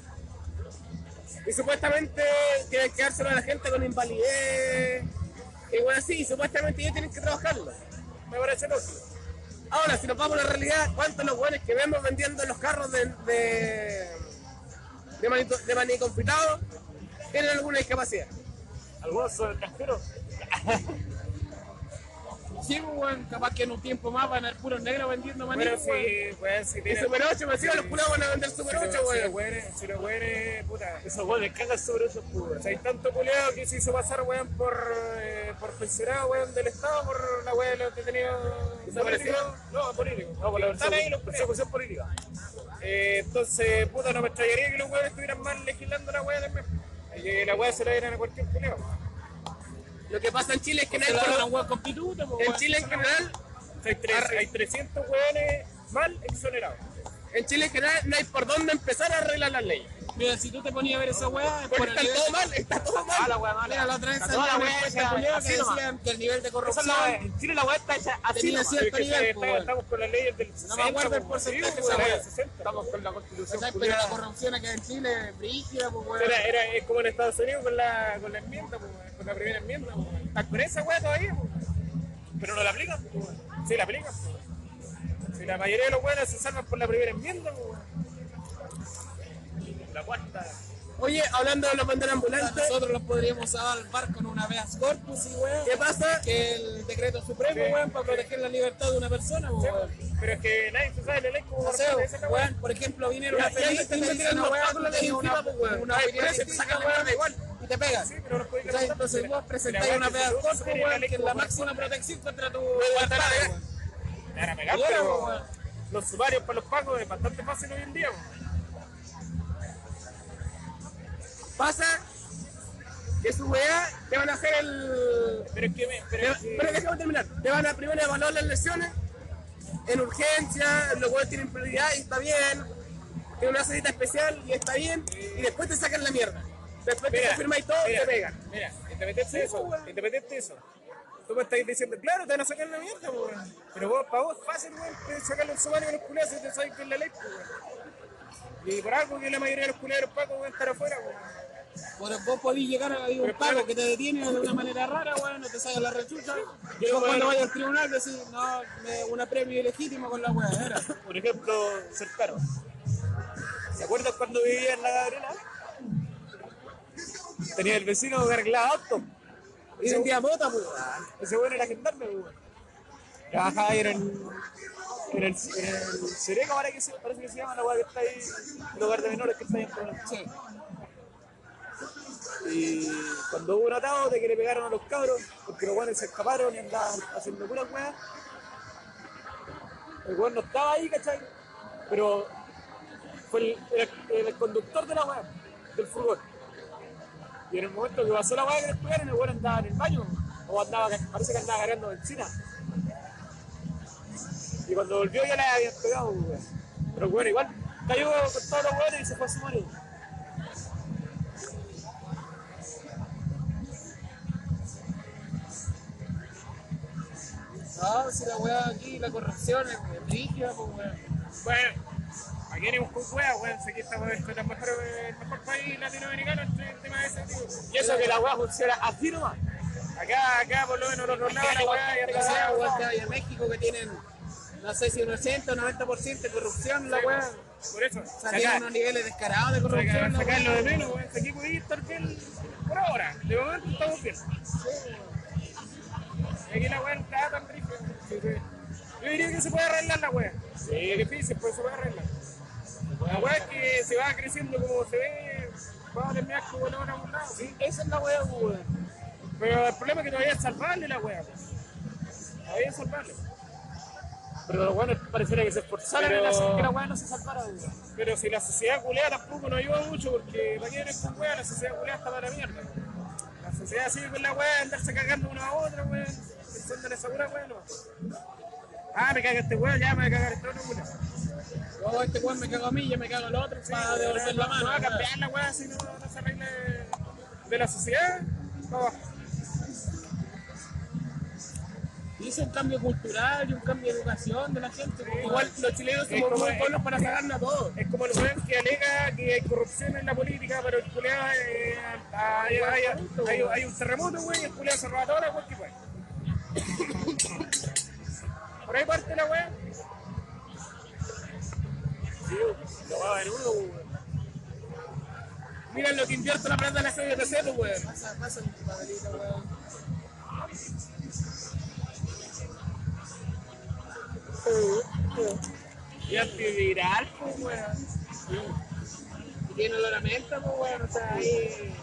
C: Y supuestamente quieren quedárselo a la gente con invalidez. Y bueno, sí, supuestamente ellos tienen que trabajarlo.
E: me parece lógico.
C: Ahora, si nos vamos a la realidad, ¿cuántos los buenos que vemos vendiendo los carros de, de, de, maní, de maní confitado tienen alguna discapacidad?
A: Algunos son caseros.
B: Sí, pues, weón, capaz que en un tiempo más van a haber puros negros vendiendo maní,
E: Bueno,
B: pues, weón.
E: si, weón, si
C: Y
E: tiene.
C: Super 8, me decían, los culados van a vender Super 8,
E: si
C: weón.
E: los weones- Si los weones, puta.
A: Esos hueones cagan sobre esos
E: O
A: cubos.
E: sea, hay tanto culeado que se hizo pasar, weón, por, eh, por pensionado, weón, del Estado, por la weón de los detenidos.
C: ¿Desaparecidos?
E: políticos. No, políticos. No, por la ventana ahí los culeados.
A: Persecución política.
E: Eh, entonces, puta, no me extrañaría que los weones estuvieran mal legislando la weón también. Y que la weón se la dieran a cualquier culeado.
C: Lo que pasa en Chile es que no hay
B: Se la
C: colo-
B: dan a un weón con pituto, pues,
C: En
B: weón.
C: Chile en general,
E: O sea, Hay, tres- hay 300 weones mal exonerados.
C: en Chile en general no hay por dónde empezar a arreglar las leyes.
B: Mira, si tú te ponías a ver esa weá, es por
C: Porque
B: el
C: está
B: nivel
C: todo mal, está todo mal.
B: de- Mira, la otra vez
A: toda
B: salió
A: la
B: una
A: weá
C: pues,
B: encuesta
A: hecha
B: culiada
A: así
B: que
A: nomás.
B: decían que el nivel de
A: Esa es la weá.
B: corrupción
A: En Chile la weá está hecha así.
B: tenía
A: nomás.
B: cierto
E: Porque
B: nivel,
E: está-
B: pues, weón.
E: estamos con las leyes del 60.
B: me acuerdo el
E: po,
B: porcentaje
E: sí,
B: de
E: pues,
B: esa
E: la ley
B: weá.
E: del 60.
A: Estamos con la constitución.
B: ¿Cachai? Pero la corrupción acá en Chile es brígida, pues weón.
E: Era, era, es como en Estados Unidos con la, con la enmienda, po, weón, con la primera enmienda. po, weón. Están con esa weá todavía, po, weón. pero no la aplican. po, weón. Sí, la aplican. po, weón. Si la mayoría de los weones se salvan por la primera enmienda, po, weón. la cuarta.
C: Oye, hablando de los banderas ambulantes,
B: Nosotros los podríamos salvar con una veas corpus y weón.
C: ¿qué pasa?
B: Que el decreto supremo,
E: Sí.
B: weón, para proteger la libertad de una persona, pues, weón.
E: Pero es que nadie se sabe la ley como
B: No sé,
E: corresponde, esa es la weá.
B: weón, por ejemplo, viene una
C: Ya, ya
B: feminista
C: te
B: y te
C: estoy
B: dice
C: metiendo
B: una weá,
C: obstáculos
B: tú tenés una
C: encima, pues, weón.
B: una
C: Ay,
B: opinión
C: preso, te sacan la
B: distinta,
C: mierda igual.
B: y te pegas.
E: Sí, pero no los puede
B: ¿Cachai?
E: cantar,
B: Entonces
E: po,
B: vos
E: weón.
B: presentáis
E: La
B: una
E: weá
B: peda
E: se
B: corpus,
E: supone la
B: weón,
E: ley
B: que es
E: como
B: la máxima protección contra tu
C: levantar
B: libertad,
C: la
B: weón.
E: Me van a pegar,
B: Ahora,
E: pero
B: po, weón.
E: los sumarios para los pagos es bastante fácil hoy en día. po.
C: Pasa que su weá te van a hacer el.
E: Pero es que, me- pero
C: Te-
E: es que-
C: Pero déjame terminar. Te van a primero evaluar las lesiones en urgencia, los huevos tienen prioridad y está bien. Tiene una salita especial y está bien. Y después te sacan la mierda. Después te confirma y todo y te pega.
E: Mira, independiente de eso, independiente de eso. Tú me estás diciendo, claro, te van a sacar la mierda, po, weón. Pero vos, para vos es fácil, weón, te- sacarle un sumario a los culeros si te sabes que es la ley, po, weón. Y por algo que la mayoría de los culeros pacos, weón, estar afuera, po, weón.
B: Por- vos podís llegar a un pago que te detiene de una manera rara, weón, no te salga la rechucha. Y vos cuando vayas al tribunal decís, no, me, una premio ilegítimo con la weá, era.
A: Por ejemplo, cercano. ¿Se acuerdan cuando vivía en la Gabriela? Tenía el vecino que arreglaba autos.
B: Y sentía bota, pues.
A: Ese bueno era gendarme, weón. Trabajaba ahí en el. en el. en el Cereca, ahora que se, parece que se llama la weá que está ahí. El hogar de menores que está ahí en Puebla.
B: Sí.
A: Y cuando hubo un atado de que le pegaron a los cabros, porque los guanes se escaparon y andaban haciendo pura weá. El weón no estaba ahí, ¿cachai? Pero fue el, el- el conductor de la weá, del furgón. Y en el momento que pasó la weá que les pegaron, el weón andaba en el baño, o andaba, parece que andaba cargando benzina. Y cuando volvió ya le habían pegado, weón. Pero el weón igual cayó con todos los weones y se fue a su marido.
B: No, Ah, si la weá aquí, la corrupción es rígida, pues weón.
E: Bueno, aquí venimos con weas, weón. Aquí estamos con la mejor, el mejor país latinoamericano en
A: este
E: el tema de ese tipo.
A: Y eso que la weá funciona así nomás.
E: Acá, acá por lo menos nos rodeaba la wea y
B: O sea,
E: acá
B: weón, está ahí en México que tienen, no sé si un 80 o 90% de corrupción, la weá.
E: Por eso,
B: O sea, tienen
E: sacar,
B: unos niveles descarados de corrupción. la weá.
E: sacarlo de menos, weón. Aquí podía estar bien por ahora. De momento estamos bien. Y aquí la wea no está tan rica. Yo diría que se puede arreglar la wea. Es difícil, pero se puede arreglar. La wea es que se va creciendo como se ve, va a terminar como la hora a un lado.
A: Sí, esa es la weá, pues, weón.
E: Pero el problema es que todavía es salvable la wea.
A: pues.
E: Todavía es salvable.
A: Pero los weones pareciera que se esforzaron
E: Pero-
A: en hacer que la weá no se salvara, weón.
E: Pero si la sociedad culea tampoco nos ayuda mucho, porque para qué eres con weá, la sociedad culea está para la mierda. La sociedad sigue con pues, la weá, andarse cagando una a otra, weón, pensando en esa pura weá, no. Ah, me caga este weón, ya me va a cagar este otro weón.
B: Oh, este weón me cago a mí, yo me cago al otro, para devolver la mano.
E: No va a
B: weón.
E: cambiar la weá si no, no se arregla de, de la sociedad. No,
B: Hice un cambio cultural y un cambio de educación de la gente. pues, weón.
C: Igual los chilenos
E: Es
C: somos
E: como-
C: muy buenos para cagarnos a todos.
E: es como el weón que alega que hay corrupción en la política, pero el culea, eh, hay, hay- hay- hay un terremoto, weón, y el culea se roba toda la weá que puede. Por ahí parte la weá.
A: La weá va en uno, weón.
C: Mira lo que invierto la plata en la CBTC, pues, weón.
B: Pasa, pasa el papelito, weón.
A: Y antiviral, pues, weón.
B: Y tiene olor a menta, pues, weón. O sea, ahí.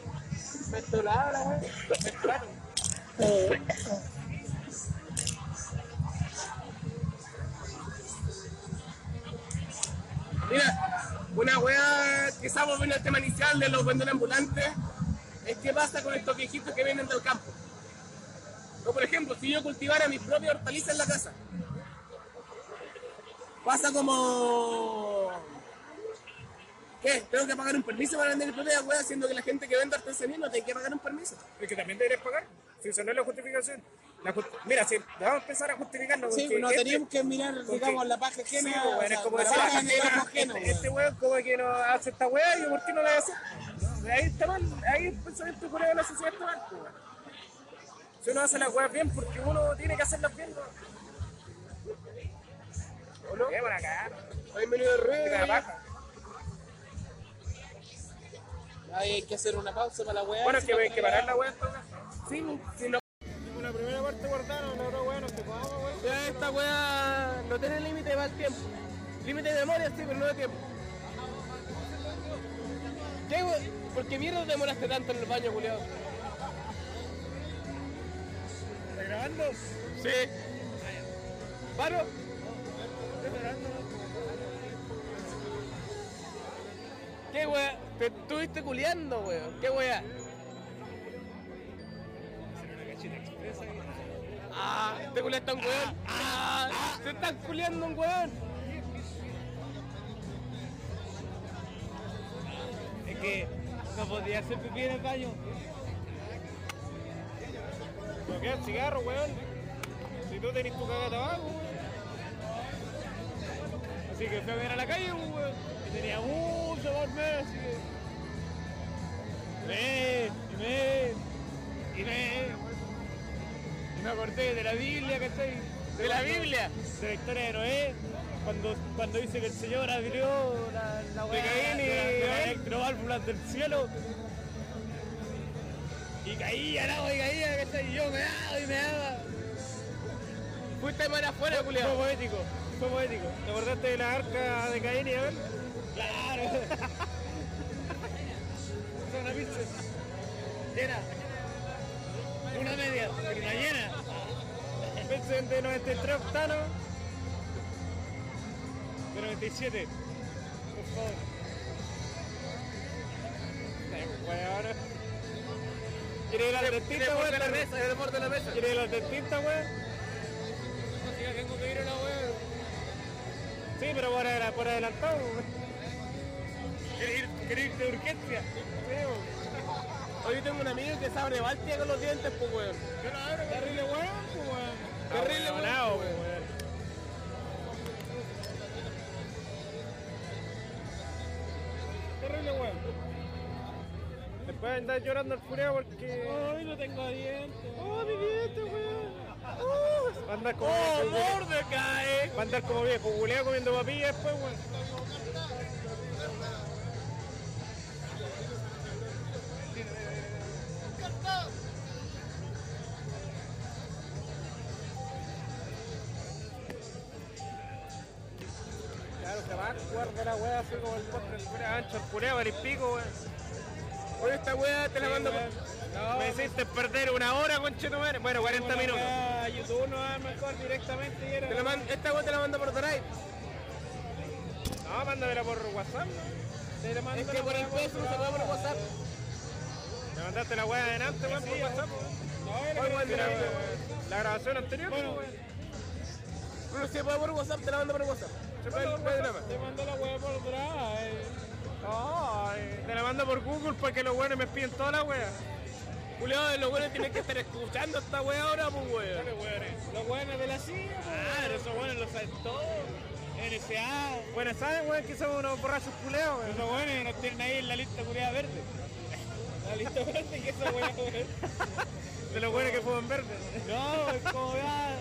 B: Mentolada la weón. Mentolaron.
C: Mira, una wea que estamos viendo el tema inicial de los vendedores ambulantes es qué pasa con estos viejitos que vienen del campo. O por ejemplo, si yo cultivara mis propias hortalizas en la casa, pasa como... ¿Qué? ¿Tengo que pagar un permiso para vender mis propias weas siendo que la gente que vende artesanía no tiene que pagar un permiso?
E: Es que también deberías pagar. Si eso no es la justificación. La ju- Mira, si vamos a empezar a justificarlo.
B: Sí,
E: porque
B: no
E: este-
B: teníamos que mirar, digamos, la paja
E: Sí,
B: ajena.
E: weón,
B: o
E: es
B: sea,
E: como
B: la
E: decir,
B: paja en el
E: ah,
B: ojo
E: este-
B: ajeno,
E: este,
B: weón.
E: weón como que no hace esta weá, yo por qué no la hace. Ahí está mal, ahí el pensamiento culero de la sociedad está mal, pues, weón. Si uno hace las weas bien, porque uno tiene que hacerlas bien, ¿no? ¿O no? Eh, Qué buena cara.
C: Bienvenido al
E: qué buena
C: ruido.
E: paja.
B: Ahí hay que hacer una pausa para la weá.
E: Bueno, es que hay que parar la weá en todo caso.
C: Sí, si no-
E: Una primera parte guardaron, la otra weá nos quedamos, weón.
C: Ya esta wea no tiene límite para el tiempo. Límite de memoria sí, pero no de tiempo. ¿Qué, we- ¿Por qué mierda demoraste tanto en el baño, culiado?
E: ¿Está grabando?
C: Sí. ¿Paro? ¿Qué wea? Te estuviste culiando, weón. ¿Qué wea? Ah, te culiaste a un weón. Ah, se están culiando a un weón.
F: Es que no podía hacer pipí en el baño.
E: ¿Pero qué? ¿Cigarro, weón? Si tú tenés tu caga de tabaco, weón. Así que fui a ver a la calle, weón. Y tenía mucho más menos, así que... Me, y me, y me... Y me acordé de la Biblia, ¿cachai? ¿De la Biblia? De la historia de Noé. Cuando, cuando dice que el Señor abrió la, la de Caín y las electroválvulas del cielo. Y caía el agua y caía, ¿cachai? Y yo me daba y me daba.
C: Fuiste para afuera,
E: Fue
C: culiado.
E: poético, fue poético. ¿Te acordaste de la arca de Caín y Abel? Claro. Fue una pizza. Llena. Una media, porque está llena. Pensé de 93 octanos. De 97. Por favor. Bueno. ¿Quieres pues, ir al dentista, weón?
C: de la mesa, el borde de la mesa.
E: ¿Quieres ir al dentista, weón?
C: Tengo que ir a la wea.
E: Sí, pero por, adela- por adelantado. güey. Quería ir, quería ir de urgencia. Sí, güey.
C: Hoy tengo un amigo que se abre Baltia con los dientes, pues weón.
E: Yo no abro, güey. Terrible weón, pues, weón. Terrible,
A: Ahueonao,
E: weón.
A: weón.
E: Terrible, weón. Después andar llorando al fureo porque.
F: Hoy no tengo dientes.
E: ¡Oh, mi diente, weón! ¡Oh! Va a andar como. como-
F: Mordecai!
E: Va a andar como viejo, culeado comiendo papilla después, weón. Claro, se va a jugar de la weá así como el contra el fuera ancho, el cureo, el pico, weón.
C: Oye, esta weá te la mando por.
E: Me hiciste perder una hora, conchetumare. Bueno, 40 minutos.
F: A YouTube no va mejor directamente y
C: Te
F: era.
C: la man- Esta weá te la mando por Drive.
E: No, mándamela por WhatsApp, ¿no?
F: Te la mando
C: Es que
F: la
C: por el
F: weá,
C: peso no se puede por WhatsApp.
E: Me mandaste la weá adelante, weón, por WhatsApp, weón.
F: No, era
E: Oye,
F: que-
E: weón, mira, weón, La grabación anterior,
F: Bueno,
E: weón.
C: No se puede por WhatsApp, te la mando por WhatsApp. Se puede,
F: bueno,
C: no hay drama.
F: Te mando la weá por Drive.
E: Ay, te la mando por Google para que los weones me piden toda la weá.
C: Julio, los buenos tienen que estar escuchando esta weá ahora, pues weón.
F: Los buenos de la silla, pues, Claro, esos buenos los saltó. NSA.
E: Bueno, ¿saben, weón, que somos unos borrachos culeos, weón?
F: Esos buenos nos tienen ahí en la lista culiada verde. La lista verde que esa weá, weón.
E: De los weones que fuman verde.
F: No, es como ya.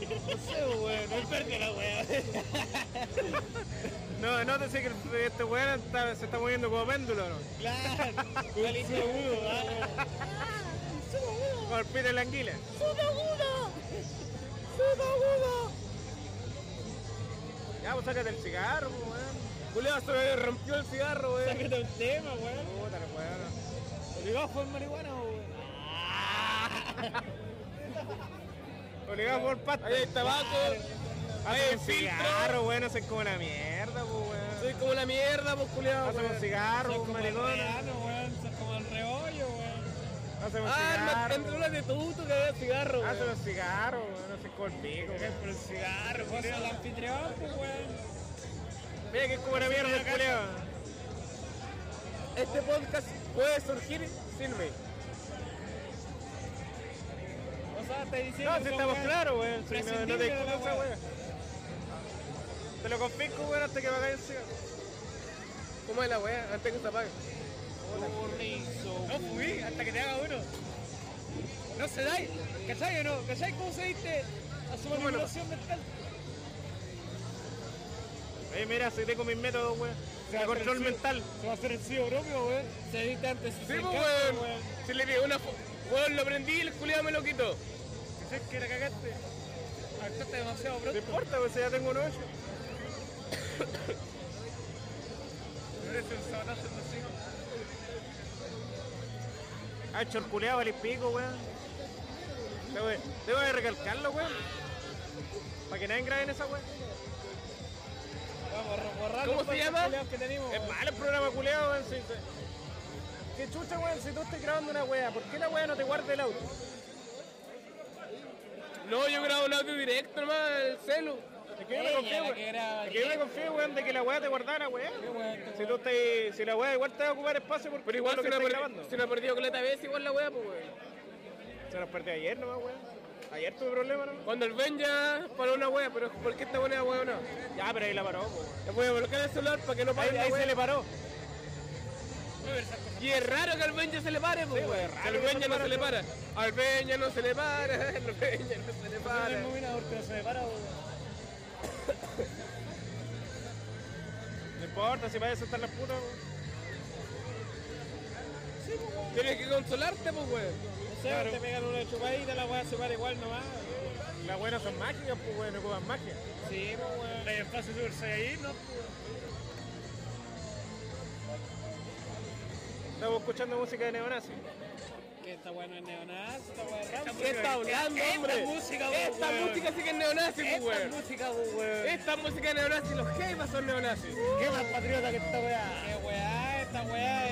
F: No sé, weón. No es verde la weá.
E: No, no te sé que este weón está- se está moviendo como péndulo, ¿no?
F: Claro. La lista agudo, ah.
E: Con el pito en la anguila. Ya, pues sácate el cigarro, pues, weón.
C: Julio, se me rompió el cigarro, weón.
F: Sácate un tema, weón.
E: Puta la weón. Ah.
F: Obligado fue en marihuana, weón.
E: Obligado por pasta.
C: Ahí hay tabaco, ahí hay
E: Un
C: filtro.
E: cigarro, weón, hacen como una mierda, pues, weón.
C: Soy como la mierda, pues culiao.
E: Hacen un
C: weón.
F: Son
E: cigarro, un
F: como el
E: maricón.
F: reano, weón. Son como el reollo, weón.
E: Hacen un
C: Ah,
E: cigarro.
C: no entró la de tu que había cigarro, weón.
E: Hacen un cigarro, weón, hacen como el pico, weón.
F: Por el cigarro, weón. Son el anfitrión, pues, weón.
E: Mira que es como una mierda el culiao.
C: Este podcast puede surgir sin mí.
F: O sea, te diciendo.
E: No, si
F: son
E: estamos
F: weas
E: claros, weón. Si no, no
F: prescindibles
E: te
F: de la
E: discuto esa
F: wea.
E: weón. Te lo confisco, weón, hasta que me hagáis el cigarro.
C: ¿Cómo es la weá? Antes que se apague.
E: No fui hasta que te haga uno.
F: No se da, ¿cachai o no? ¿Cachai cómo se diste a su manipulación mental?
E: Oye, mira, si tengo mis métodos, weón. De control mental.
F: Se va a hacer el sido propio, weón. Se diste antes su
C: Sí, pues weón. Si le pidió una fo- Weón, lo prendí y el culiao me lo quitó.
E: Si es que la cagaste.
F: Actuaste demasiado pronto.
E: No importa, weón, si ya tengo un hoyo. Ah, chorculeado, vale pico, weón. Debo de- Debo de recalcarlo, weón. Para que nadie grabe en esa weón.
F: Vamos a borrar
C: ¿Cómo
F: los
C: se
F: pasos
C: llama?
F: culiados que tenemos.
E: Es malo el programa culeado, weón. Si, si- Que chucha, weón, si tú estás grabando una weá, ¿por qué la weá no te guarda el auto?
C: No, yo grabo un audio directo nomás el celu.
E: Es que yo me
F: Ella
E: confío,
F: la
E: weón.
F: que graba
E: Es que yo me confío, weón, de que la weá te guardara, weón. Si tú estás. Si la weá igual te va a ocupar espacio, porque
C: Pero igual
E: lo
C: se
E: que
C: lo,
E: estás
C: perdió,
E: grabando.
C: se lo perdió caleta veces igual la weá, pues weón.
E: Se nos perdió ayer nomás, weón. Ayer tuve problemas, ¿no?
C: Cuando el Ben ya paró una weá, pero ¿por qué esta buena es weá o no?
E: Ya, pero ahí la paró, weón.
C: Le voy a bloquear el celular para que no pare
E: Ahí,
C: la
E: ahí
C: weá.
E: se le paró.
C: Y es raro que al Benja se le pare, pues, weón.
E: raro
C: al
E: que
C: Benja
E: no
C: no
E: se
C: se le para. Al Benja no se le para, al Benja no se le para.
E: No importa, si vaya a soltar la puta, weón.
C: Tienes que consolarte, pues, weón.
F: No sé, te pegan una chupadita, la weá se para igual nomás. weón.
E: Las buenas son mágicas, pues, weón, no ocupan magia.
F: Sí, pues, weón.
E: La espacio super Saiyajin, ¿no? Estamos escuchando música de neonazi.
F: Que esta weá no es neonazi, esta weá es rap.
C: ¿Qué está hablando, hombre? Esta música sí que es neonazi, pues, weón.
F: música, weón. Uh.
C: Esta música es neonazi, los jefes son neonazis.
E: ¿Qué más patriota que esta weá?
F: Qué weá, esta weá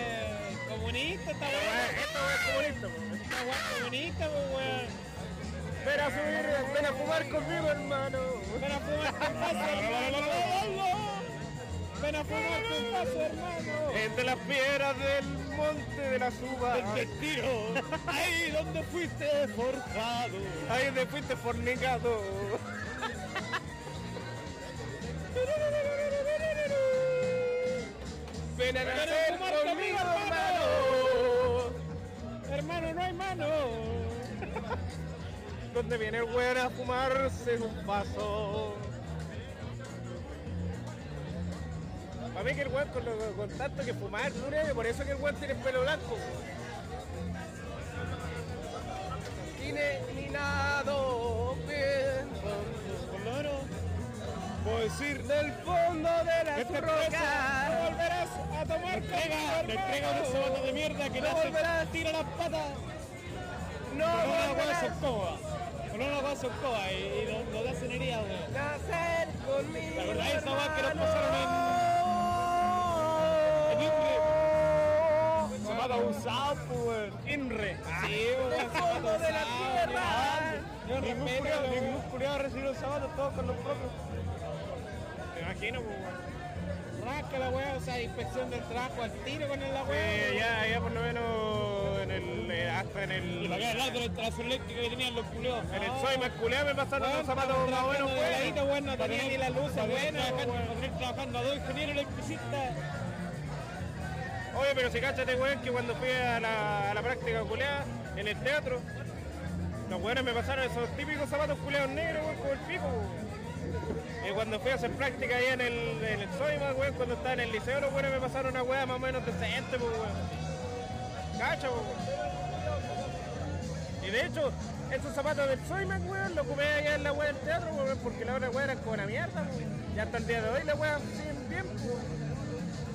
F: es comunista, esta weá.
E: Esta weá es comunista, weón.
F: Esta weá es comunista, pues, weón.
E: Ven a subir, ven a fumar conmigo, hermano.
F: Para fumar con fácil.
E: Ven a fumar tu paso, hermano.
B: Entre las piedras del monte de las uvas,
E: El destino, ahí donde fuiste forjado.
B: ahí donde fuiste fornicado. Ven a nacer
E: fumar conmigo,
B: conmigo, hermano.
E: Hermano, no hay mano.
B: Donde viene el weón a fumarse un paso. Para mí que el weón con, lo- con tanto que fumar dura, y por eso que el weón tiene el pelo blanco. Tiene ni nado,
E: Por lo menos, puedo decir.
B: del fondo de las
E: Este
B: rocas.
E: preso, volverás a tomar pega, te entrega una sabata de mierda que
B: No
E: le hace-
B: volverás.
E: tira las patas. No
B: No
E: la
B: volverás
E: guasa escoba. No la guasa escoba y, y lo, lo que hacen heridas, weón.
B: nacer conmigo.
E: La verdad, esa weá que nos
B: hermano.
E: En Inre. Zapata usado, pues, weón. Inre. Sí, weón.
B: fondo de la tierra.
E: Yo
B: Ningún
E: respeto,
B: culiao-
E: weón.
B: ningún culiao recibió los zapatos, todos con los propios.
E: Me imagino, pues, weón. Rasca la weá, o sea, inspección del trabajo al tiro con la weá.
B: Eh, ya, ya por lo menos en el, eh, hasta en el,
E: Y para acá
B: en
E: el lado de la instalación eléctrica que tenían los culeos.
B: el soy más culiao me pasaron los zapatos más pues. buenos, weón.
E: No
B: Para
E: tenía
B: tener-
E: ni la luz,
B: para tener
E: buena.
B: trabajando-
E: Para tener trabajando a dos ingenieros electricistas.
B: Oye, pero si cáchate, weón, que cuando fui a la, a la práctica culeada en el teatro, los weones me pasaron esos típicos zapatos culeados negros, weón, con el pico, weón. Y cuando fui a hacer práctica allá en el, en el Soima, weón, cuando estaba en el liceo, los weones me pasaron una weá más o menos decente, pues, weón. Cacha, pues, weón. Y de hecho, esos zapatos del Soima, weón, los ocupé allá en la weá del teatro, weón, porque la otra weá era como una mierda, weón. Y hasta el día de hoy la weá siguen bien, pues, weón.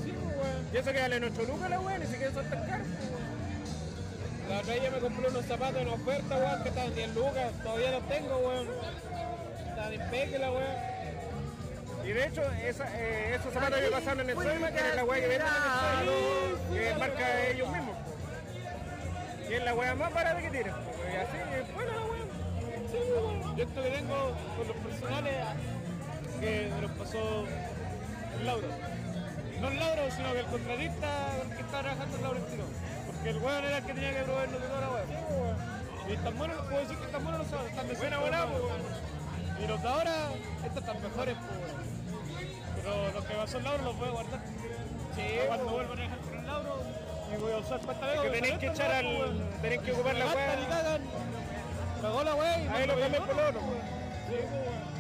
B: pues, Y eso que vale 8 lucas la weá, ni siquiera son tan caros. pues,
E: La otra vez yo me compré unos zapatos en oferta, weón, que estaban 10 lucas. Todavía los tengo, weón. Están impecables, la weón.
B: Y de hecho, esa, eh, esos zapatos que pasaron en el Soima, que es la weá que venden en el Soima, que es marca de ellos mismos. po. Y es la weá más barata que tienen. po, Y así, es buena la weá.
E: Yo esto que tengo con los personales que me los pasó el Lauro. No el Lauro, sino que el contratista con el que estaba trabajando el Laurentino. Porque el weón era el que tenía que proveernos de toda la weón. Y tan buenos, puedo decir que tan buenos los sábados, están de buena buena, Y los de ahora, estos están mejores, pues weón. Pero los que pasó el Lauro los voy a guardar. Para cuando vuelvan a dejar con el Lauro, y voy a usar pasta de
B: Que tenéis que echar al. tenéis que ocupar la
E: Gastan y
B: weá.
E: cagan. Cagó la weá y
B: Ahí lo cambié por otro.
E: Sí, pues, weón.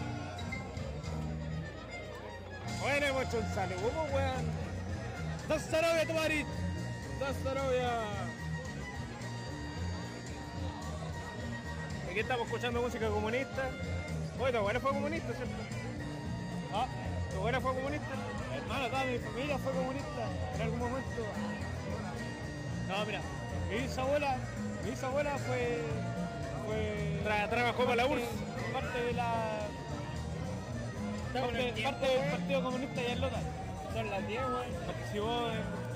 B: Bueno, hemos hecho un saludo, po, weón.
E: До здоровья, товарищ! До здоровья!
B: Aquí estamos escuchando música comunista. Oye, tu abuela fue comunista, ¿cierto?
E: Ah,
B: Tu abuela fue comunista.
E: hermano, toda mi familia fue comunista en algún momento. No, mira, mi bisabuela, mi bisabuela fue... fue
B: Tra- trabajó para la
E: parte-
B: URSS.
E: Parte de la... Parte, parte del Partido Comunista de Lota. Son las 10, weón. Participó eh,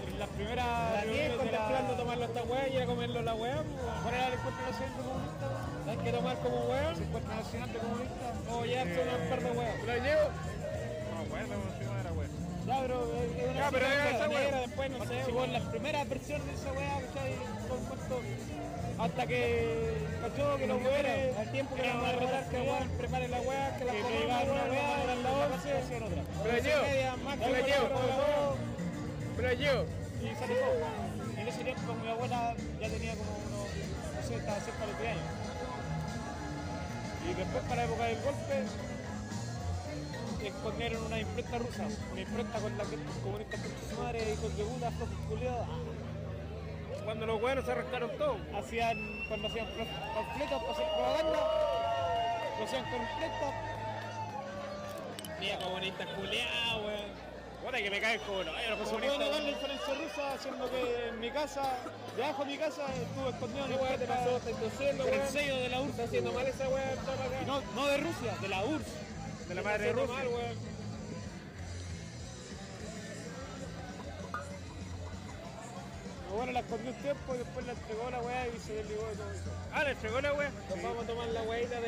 E: en, en las primeras...
B: Las 10
E: reuniones de la-
B: contemplando
E: tomarlo esta weá y ir a comerlo la weá. ¿Cuál era el encuentro nacional de comunistas? Hay que tomar como weá. El encuentro nacional de comunistas. O ya son un par de weá.
B: ¿Lo llevo? No, weón, no me de la weá.
E: Ya, pero eh, es una
B: Ya, pero
E: chica
B: era esa
E: negra,
B: weá.
E: después no sé. Si vos las primeras versiones de esa weá, ¿cachai? Son puestos. Hasta que cachó que los weones al tiempo que van a rotar que weón preparen la weá, que la
B: que
E: pongan
B: iban
E: en
B: una
E: una
B: weá,
E: weá, eran la once, hacían otra.
B: Pero llevo, pero llevo. Pero yo.
E: Y se alejó. Y en ese tiempo mi abuela ya tenía como unos, no sé, estaba cerca de los 10 años. Y después para la época del golpe escondieron una imprenta rusa, una imprenta con la que los comunistas con sus madres, hijos de puta, flojos culiados,
B: Cuando los weones se arrancaron todo.
E: hacían, cuando hacían pro- panfletos para hacer propaganda, lo hacían con imprenta. Mira comunistas culiados, weón.
B: Puta que me caen como los ay, los
E: Se puede
B: comunistas.
E: negar la inferencia rusa haciendo que en mi casa, debajo de mi casa, estuvo escondido en el pasó? el sello de la URSS. haciendo mal esa weá, No, no de Rusia, de la URSS.
B: De la madre
E: Está haciendo
B: Rusia.
E: mal, weón. Ah,
B: Uy, bueno, la escondió un tiempo y después la entregó la weá y se desligó de todo eso.
G: Ah, le entregó la weá.
E: Nos vamos a tomar la guaita del.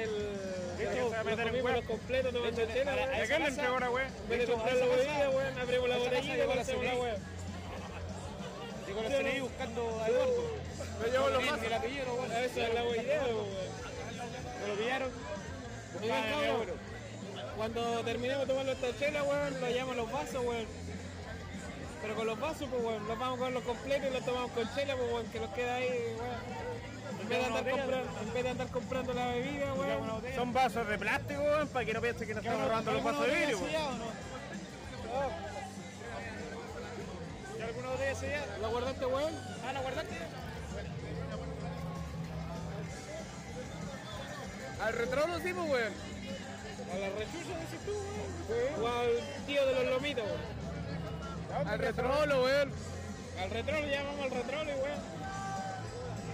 B: De
E: la
B: hecho,
E: que
B: nos
E: nos
B: meter en
E: comimos
B: hueá.
E: los completos, nos mandó
B: hecho,
E: chela,
B: para-
E: weón.
B: a
G: ¿A quién le
B: casa-
G: entregó la weá?
E: En vez de comprar la bebida, weón, abrimos la
B: Esa
E: botellita
B: casa
E: y
B: llegó la
E: hacemos la
B: CNI.
E: weá.
B: Llegó la CNI buscando a Eduardo.
G: Me llevó los
B: Ni-
G: más.
B: ni el apellido, no, bueno.
E: A veces es la buena idea, weón.
B: No lo pillaron. Ah,
E: Oigan,
B: Buscaban a
E: cabrón,
B: Eduardo.
E: Cuando terminemos de tomar nuestra chela, weón, nos llevamos los vasos, weón. Pero con los vasos, pues, weón, los vamos con los completos y los tomamos con chela, pues, weón, que nos queda ahí, weón. En vez, de andar comprando, en vez de andar comprando la bebida, weón.
G: Son vasos de plástico, weón, para que no piensen que nos estamos robando los vasos de vidrio, weón.
B: ¿Y alguna botella sellada?
E: ¿La guardaste, weón?
B: Ah, ¿la guardaste?
H: Al retrono sí, pues, weón.
E: A la rechucha, decís tú, weón. O al tío de los lomitos, weón.
H: Al retrolo, weón.
E: Al retrol, ya vamos al retrol, weón.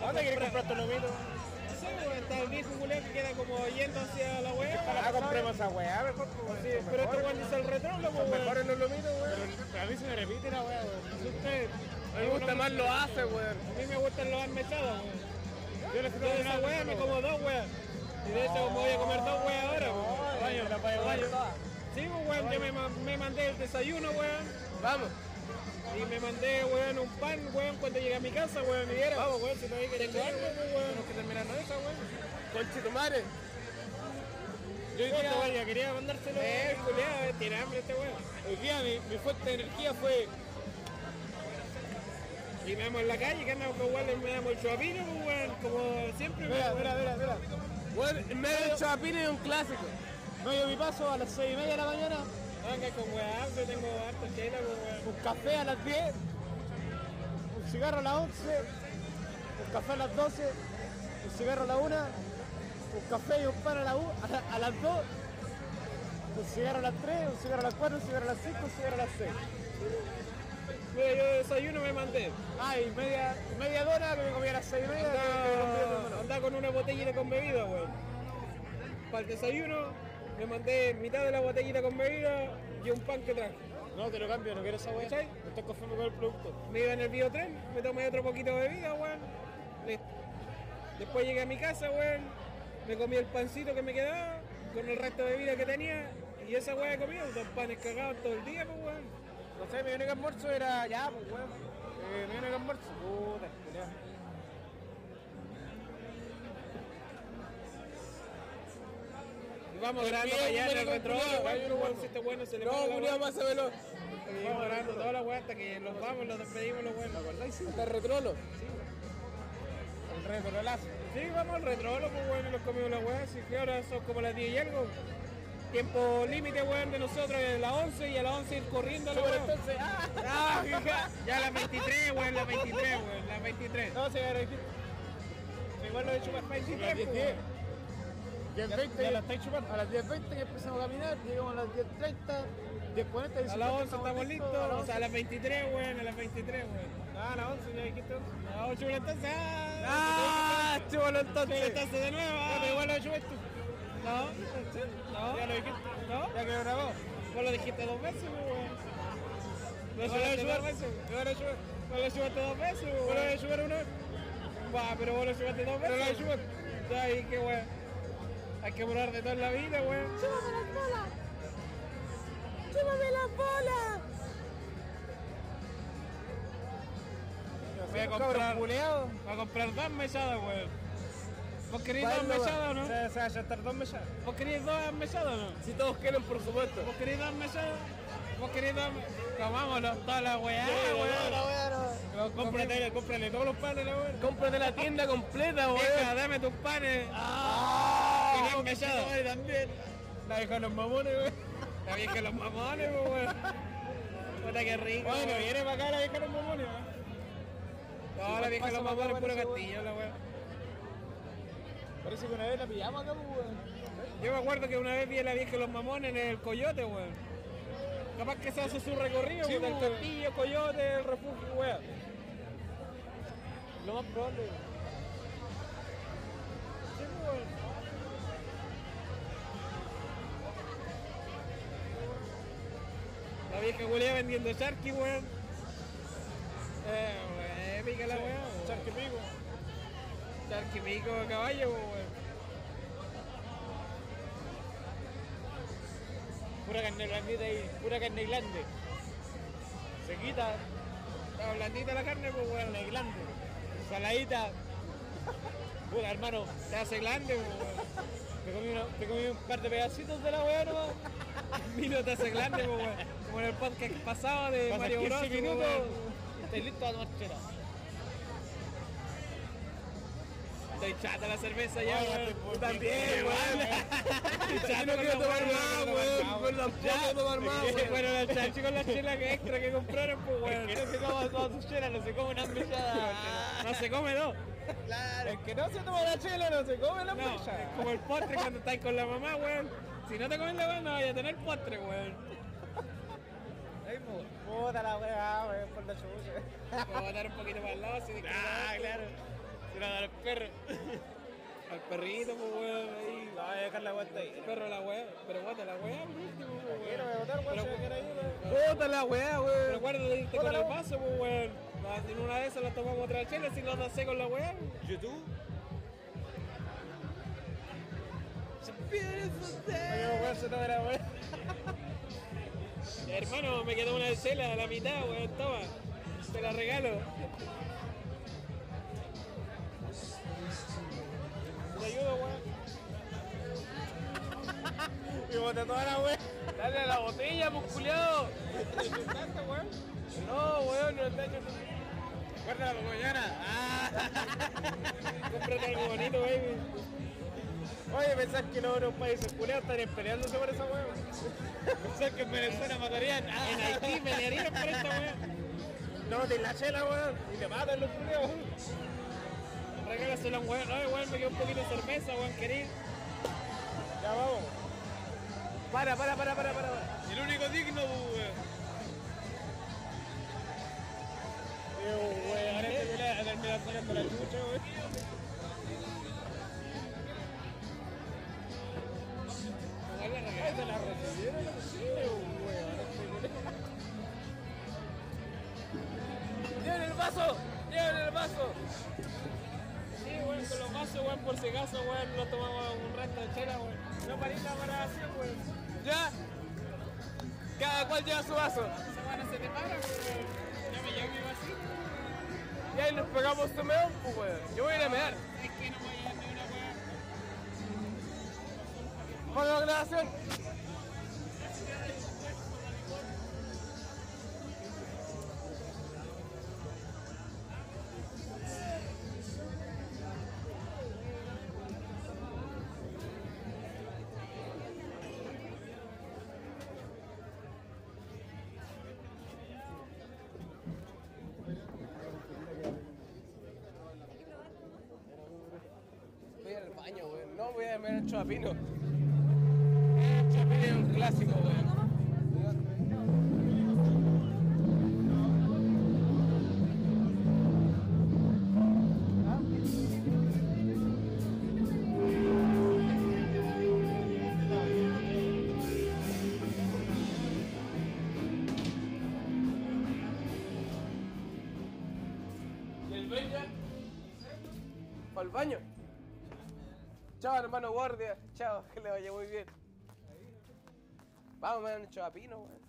G: ¿Dónde quieres comprar tu lomito?
E: No sé, weón, está el viejo culé que queda como yendo hacia la weá.
G: Ah, compremos esa weá, mejor, pues, weón. Son
E: Pero este
G: mejores.
E: weón dice el retrol, weón.
G: Mejores los lomitos, weón.
B: A mí se me repite la weá, weón. No sé ustedes.
H: Me gusta más lo hace, weón.
E: A mí me gustan los almechados, weón. Yo les pido una wea, me como dos weas. Y de hecho me voy a comer dos weas ahora, weón. Baño, la payo, baño. Sí, pues, weón, yo me, ma- me mandé el desayuno, weón.
H: Vamos.
E: Y me mandé, weón, un pan, weón, cuando llegué a mi casa, weón. Y era, vamos, weón, si todavía que llegar, weón, weón. que terminar no esa, weón.
H: Conchetumare.
E: Yo hoy día, vaya, quería mandárselo. Eh, culiado, tiene hambre este weón. Hoy día mi, mi fuente de energía fue... Y me damos en la calle, que andamos con weón, me damos el chupapino, pues, weón, como siempre.
B: Mira,
E: weón.
B: mira, mira, mira.
H: Weón, me ha hecho a Pino es un clásico.
B: Medio mi paso a las 6 y media de la mañana.
E: Venga, con weá, yo tengo harta chela, con weá.
B: Un café a las 10. Un cigarro a las 11. Un café a las 12. Un cigarro a la 1. Un café y un pan a, la u- a, la- a las 2. Un cigarro a las 3. Un cigarro a las 4. Un cigarro a las 5. Un cigarro a las 6.
E: Mira, yo desayuno me mandé.
B: Ah, y media, media dona que me comí a las 6 y media. Ah.
E: Andaba, andaba con una botellita con bebida, weón. Para el desayuno me mandé mitad de la botellita con bebida y un pan que traje.
B: No, te lo cambio, no quiero esa weá.
E: ¿Cachai?
B: Estoy conforme con el producto.
E: Me iba en el biotren, me tomé otro poquito de bebida, weón. Listo. Después llegué a mi casa, weón. Me comí el pancito que me quedaba con el resto de bebida que tenía. Y esa weá he comido, dos panes cagados todo el día, pues, weón.
B: No sé, mi único almuerzo era ya, pues weón. Eh, mi único almuerzo. Puta, culiao.
E: Y Vamos grabando para allá en el retro, weón. weón, Si este weón no se le para
H: No,
E: la
H: Julián,
E: weá.
H: pásamelo.
E: Seguimos grabando toda la weá hasta que los vamos, los despedimos, los weones. ¿Te acordáis?
H: Hasta el retrolo.
E: El retrolazo. Sí, vamos al retrolo, pues weón, y los comimos la weá. Así que ahora son como las 10 y algo. Tiempo límite, weón, de nosotros es las 11 y a las 11 ir corriendo a la weá.
H: entonces, ah.
E: Ah, hija. Ya las 23, weón, las 23, weón, las 23.
B: No, se agarra aquí.
E: Igual lo he hecho para 23, pues,
H: ¿Qué?
E: weón.
B: Ya, ya la estáis chupando.
H: A las 10.20 que empezamos a caminar, llegamos a las 10.30, 10.40 y
E: A las 11 estamos listos, o sea, a las 23, weón, a las 23, weón.
B: Ah, a las 11 ya dijiste.
E: A las 8 entonces, ah,
H: ¡Ah! ¡Chúbalo
E: Chula,
H: entonces!
E: entonces de nuevo. ah.
B: Pero igual lo he hecho esto.
E: No, no.
B: Ya lo dijiste.
E: ¿No?
B: Ya quedó grabado.
E: Vos lo dijiste dos veces, weón. Lo llevaste dos veces.
B: Yo lo he hecho.
E: Vos lo llevaste dos veces,
B: Yo lo he
E: weón.
B: hecho una vez.
E: Va, pero vos lo llevaste dos veces.
B: Pero lo he hecho.
E: Ya, y qué weón. Hay que morar de todo en la vida, weón. Voy a comprar, voy
B: culeado.
E: a comprar dos mesadas, weón. ¿Vos queréis
B: Para
E: dos
B: el lugar.
E: mesadas o
B: Se
E: no?
B: va a saltar dos mesas.
E: ¿Vos queréis dos mesadas o no?
H: Si todos quieren, por supuesto.
E: ¿Vos queréis dos mesadas? ¿Vos queréis dos mesadas? Comámoslo, toda la weá, weón. Cómprate, cómprale todos los panes, la weón.
H: Cómprate la tienda completa, weón.
E: Vieja, dame tus panes.
H: ¡Ah!
E: Querían mesada.
H: también.
E: La vieja de los mamones, güey. La vieja de los mamones, pues, güey. Puta que rico.
B: Bueno,
E: güey.
B: viene para acá la vieja de los mamones. ¿eh?
E: No, la vieja de los
B: Pasa,
E: mamones
B: papá,
E: es puro
B: parece,
E: castillo, la güey.
B: Parece que una vez la pillamos acá, pues, weón.
E: Yo me acuerdo que una vez vi a la vieja de los mamones en el coyote, güey. Capaz que se hace su recorrido,
B: Sí,
E: güey. Del
B: güey.
E: castillo, coyote, el refugio, güey.
B: Lo más probable. weón.
E: Sí, güey. La vieja Julia vendiendo charqui, güey. Eh, güey. pica la weá. Charque pico. Charque pico a caballo, weón. Pura carne blandita ahí, pura carne glande. Se quita. Está blandita la carne, pues weón, la glande. Saladita. Pura hermano, te hace glande, pues, weón. Te comí, una- te comí un par de pedacitos de la weá nomás. Milo te hace glande, pues weón.
I: Como en el podcast pasado de
E: Pasan
I: Mario Bros.
E: 15 minutos.
I: weón.
E: pues, Estoy listo a tomar chela.
I: Estoy chata la cerveza ya, weón.
E: También,
I: Ya no quiero tomar más, weón. Por la puta tomar más, weón.
E: Bueno, el chachi con la chela que extra que compraron, pues, weón.
I: No se toma todas sus chelas, no se come una
B: Ah.
I: mellada.
E: No se come dos.
I: Claro.
B: Que no se toma la chela, no se come la
E: No, es como el postre cuando estáis con la mamá, weón. Si no te comes la weón, no vayas a tener postre, weón.
B: pues. Puta la weá, weón, por la chucha.
E: Te voy a dar un poquito para el lado, así de que-
I: Ah, claro.
E: Se lo voy a dar al perro. Al perrito, pues, weón. Ahí.
B: No, voy a dejar la guata ahí.
E: El perro la weón. Pero guata la weón, por último, pues,
B: Quiero
E: weón.
B: votar, weón,
E: Pero-
B: si me quiere ir, weón.
I: Puta la weá,
E: Pero
I: weón.
E: guarda de irte con el vaso, pues, weón. En una de esas la tomamos otra chela, si no andas seco la weón.
B: Oye, weón, se toma la weá.
E: Hermano, me quedó una chela a la mitad, weón, toma. Te la regalo. Te ayudo, weón.
B: Y boté toda la weá.
E: Dale a la botella, musculeado. No, weón, no está hecho.
I: Guarda
B: pues,
I: la mañana. Ah,
E: Cómprate algo bonito, baby.
B: Oye, pensás que los otros países culeados están peleándose por esa weá.
I: pensar que en Venezuela matarían. Ah,
E: En Haití me le harían por esta weón.
B: No, te la chela, weón. Y te matan los culeados.
E: Regálaselo a un weón. Ay, weón, me quedó un poquito de cerveza, weón, querido.
B: Ya vamos. Para, para, para, para, para. para.
I: El único digno,
E: pues,
I: weón.
B: Digo, weón, ahora este culeado termina sacando la chucha, weón. Ay, se la recibieron, sí, weón.
E: ¡Lleven el vaso! ¡Lleven el vaso! Sí, weón, con los vasos, weón, por si acaso, weón, no tomamos un resto de chela, weón. No parita para así, weón.
I: Ya. Cada cual lleva su vaso.
E: Esa weón no se te para, weón. Ya me llevo mi vasito.
I: Y ahí nos pegamos tu meón, pues, weón. Yo voy a ir a mear.
E: Es que no voy a llevar ni una weón.
I: Con la grabación. Voy al baño, weón. No voy a mear el chapino. El chapino es un clásico, weón. Para el baño. Chao, hermano guardia. Chao, que le vaya muy bien. Vamos, man, chapino, weón.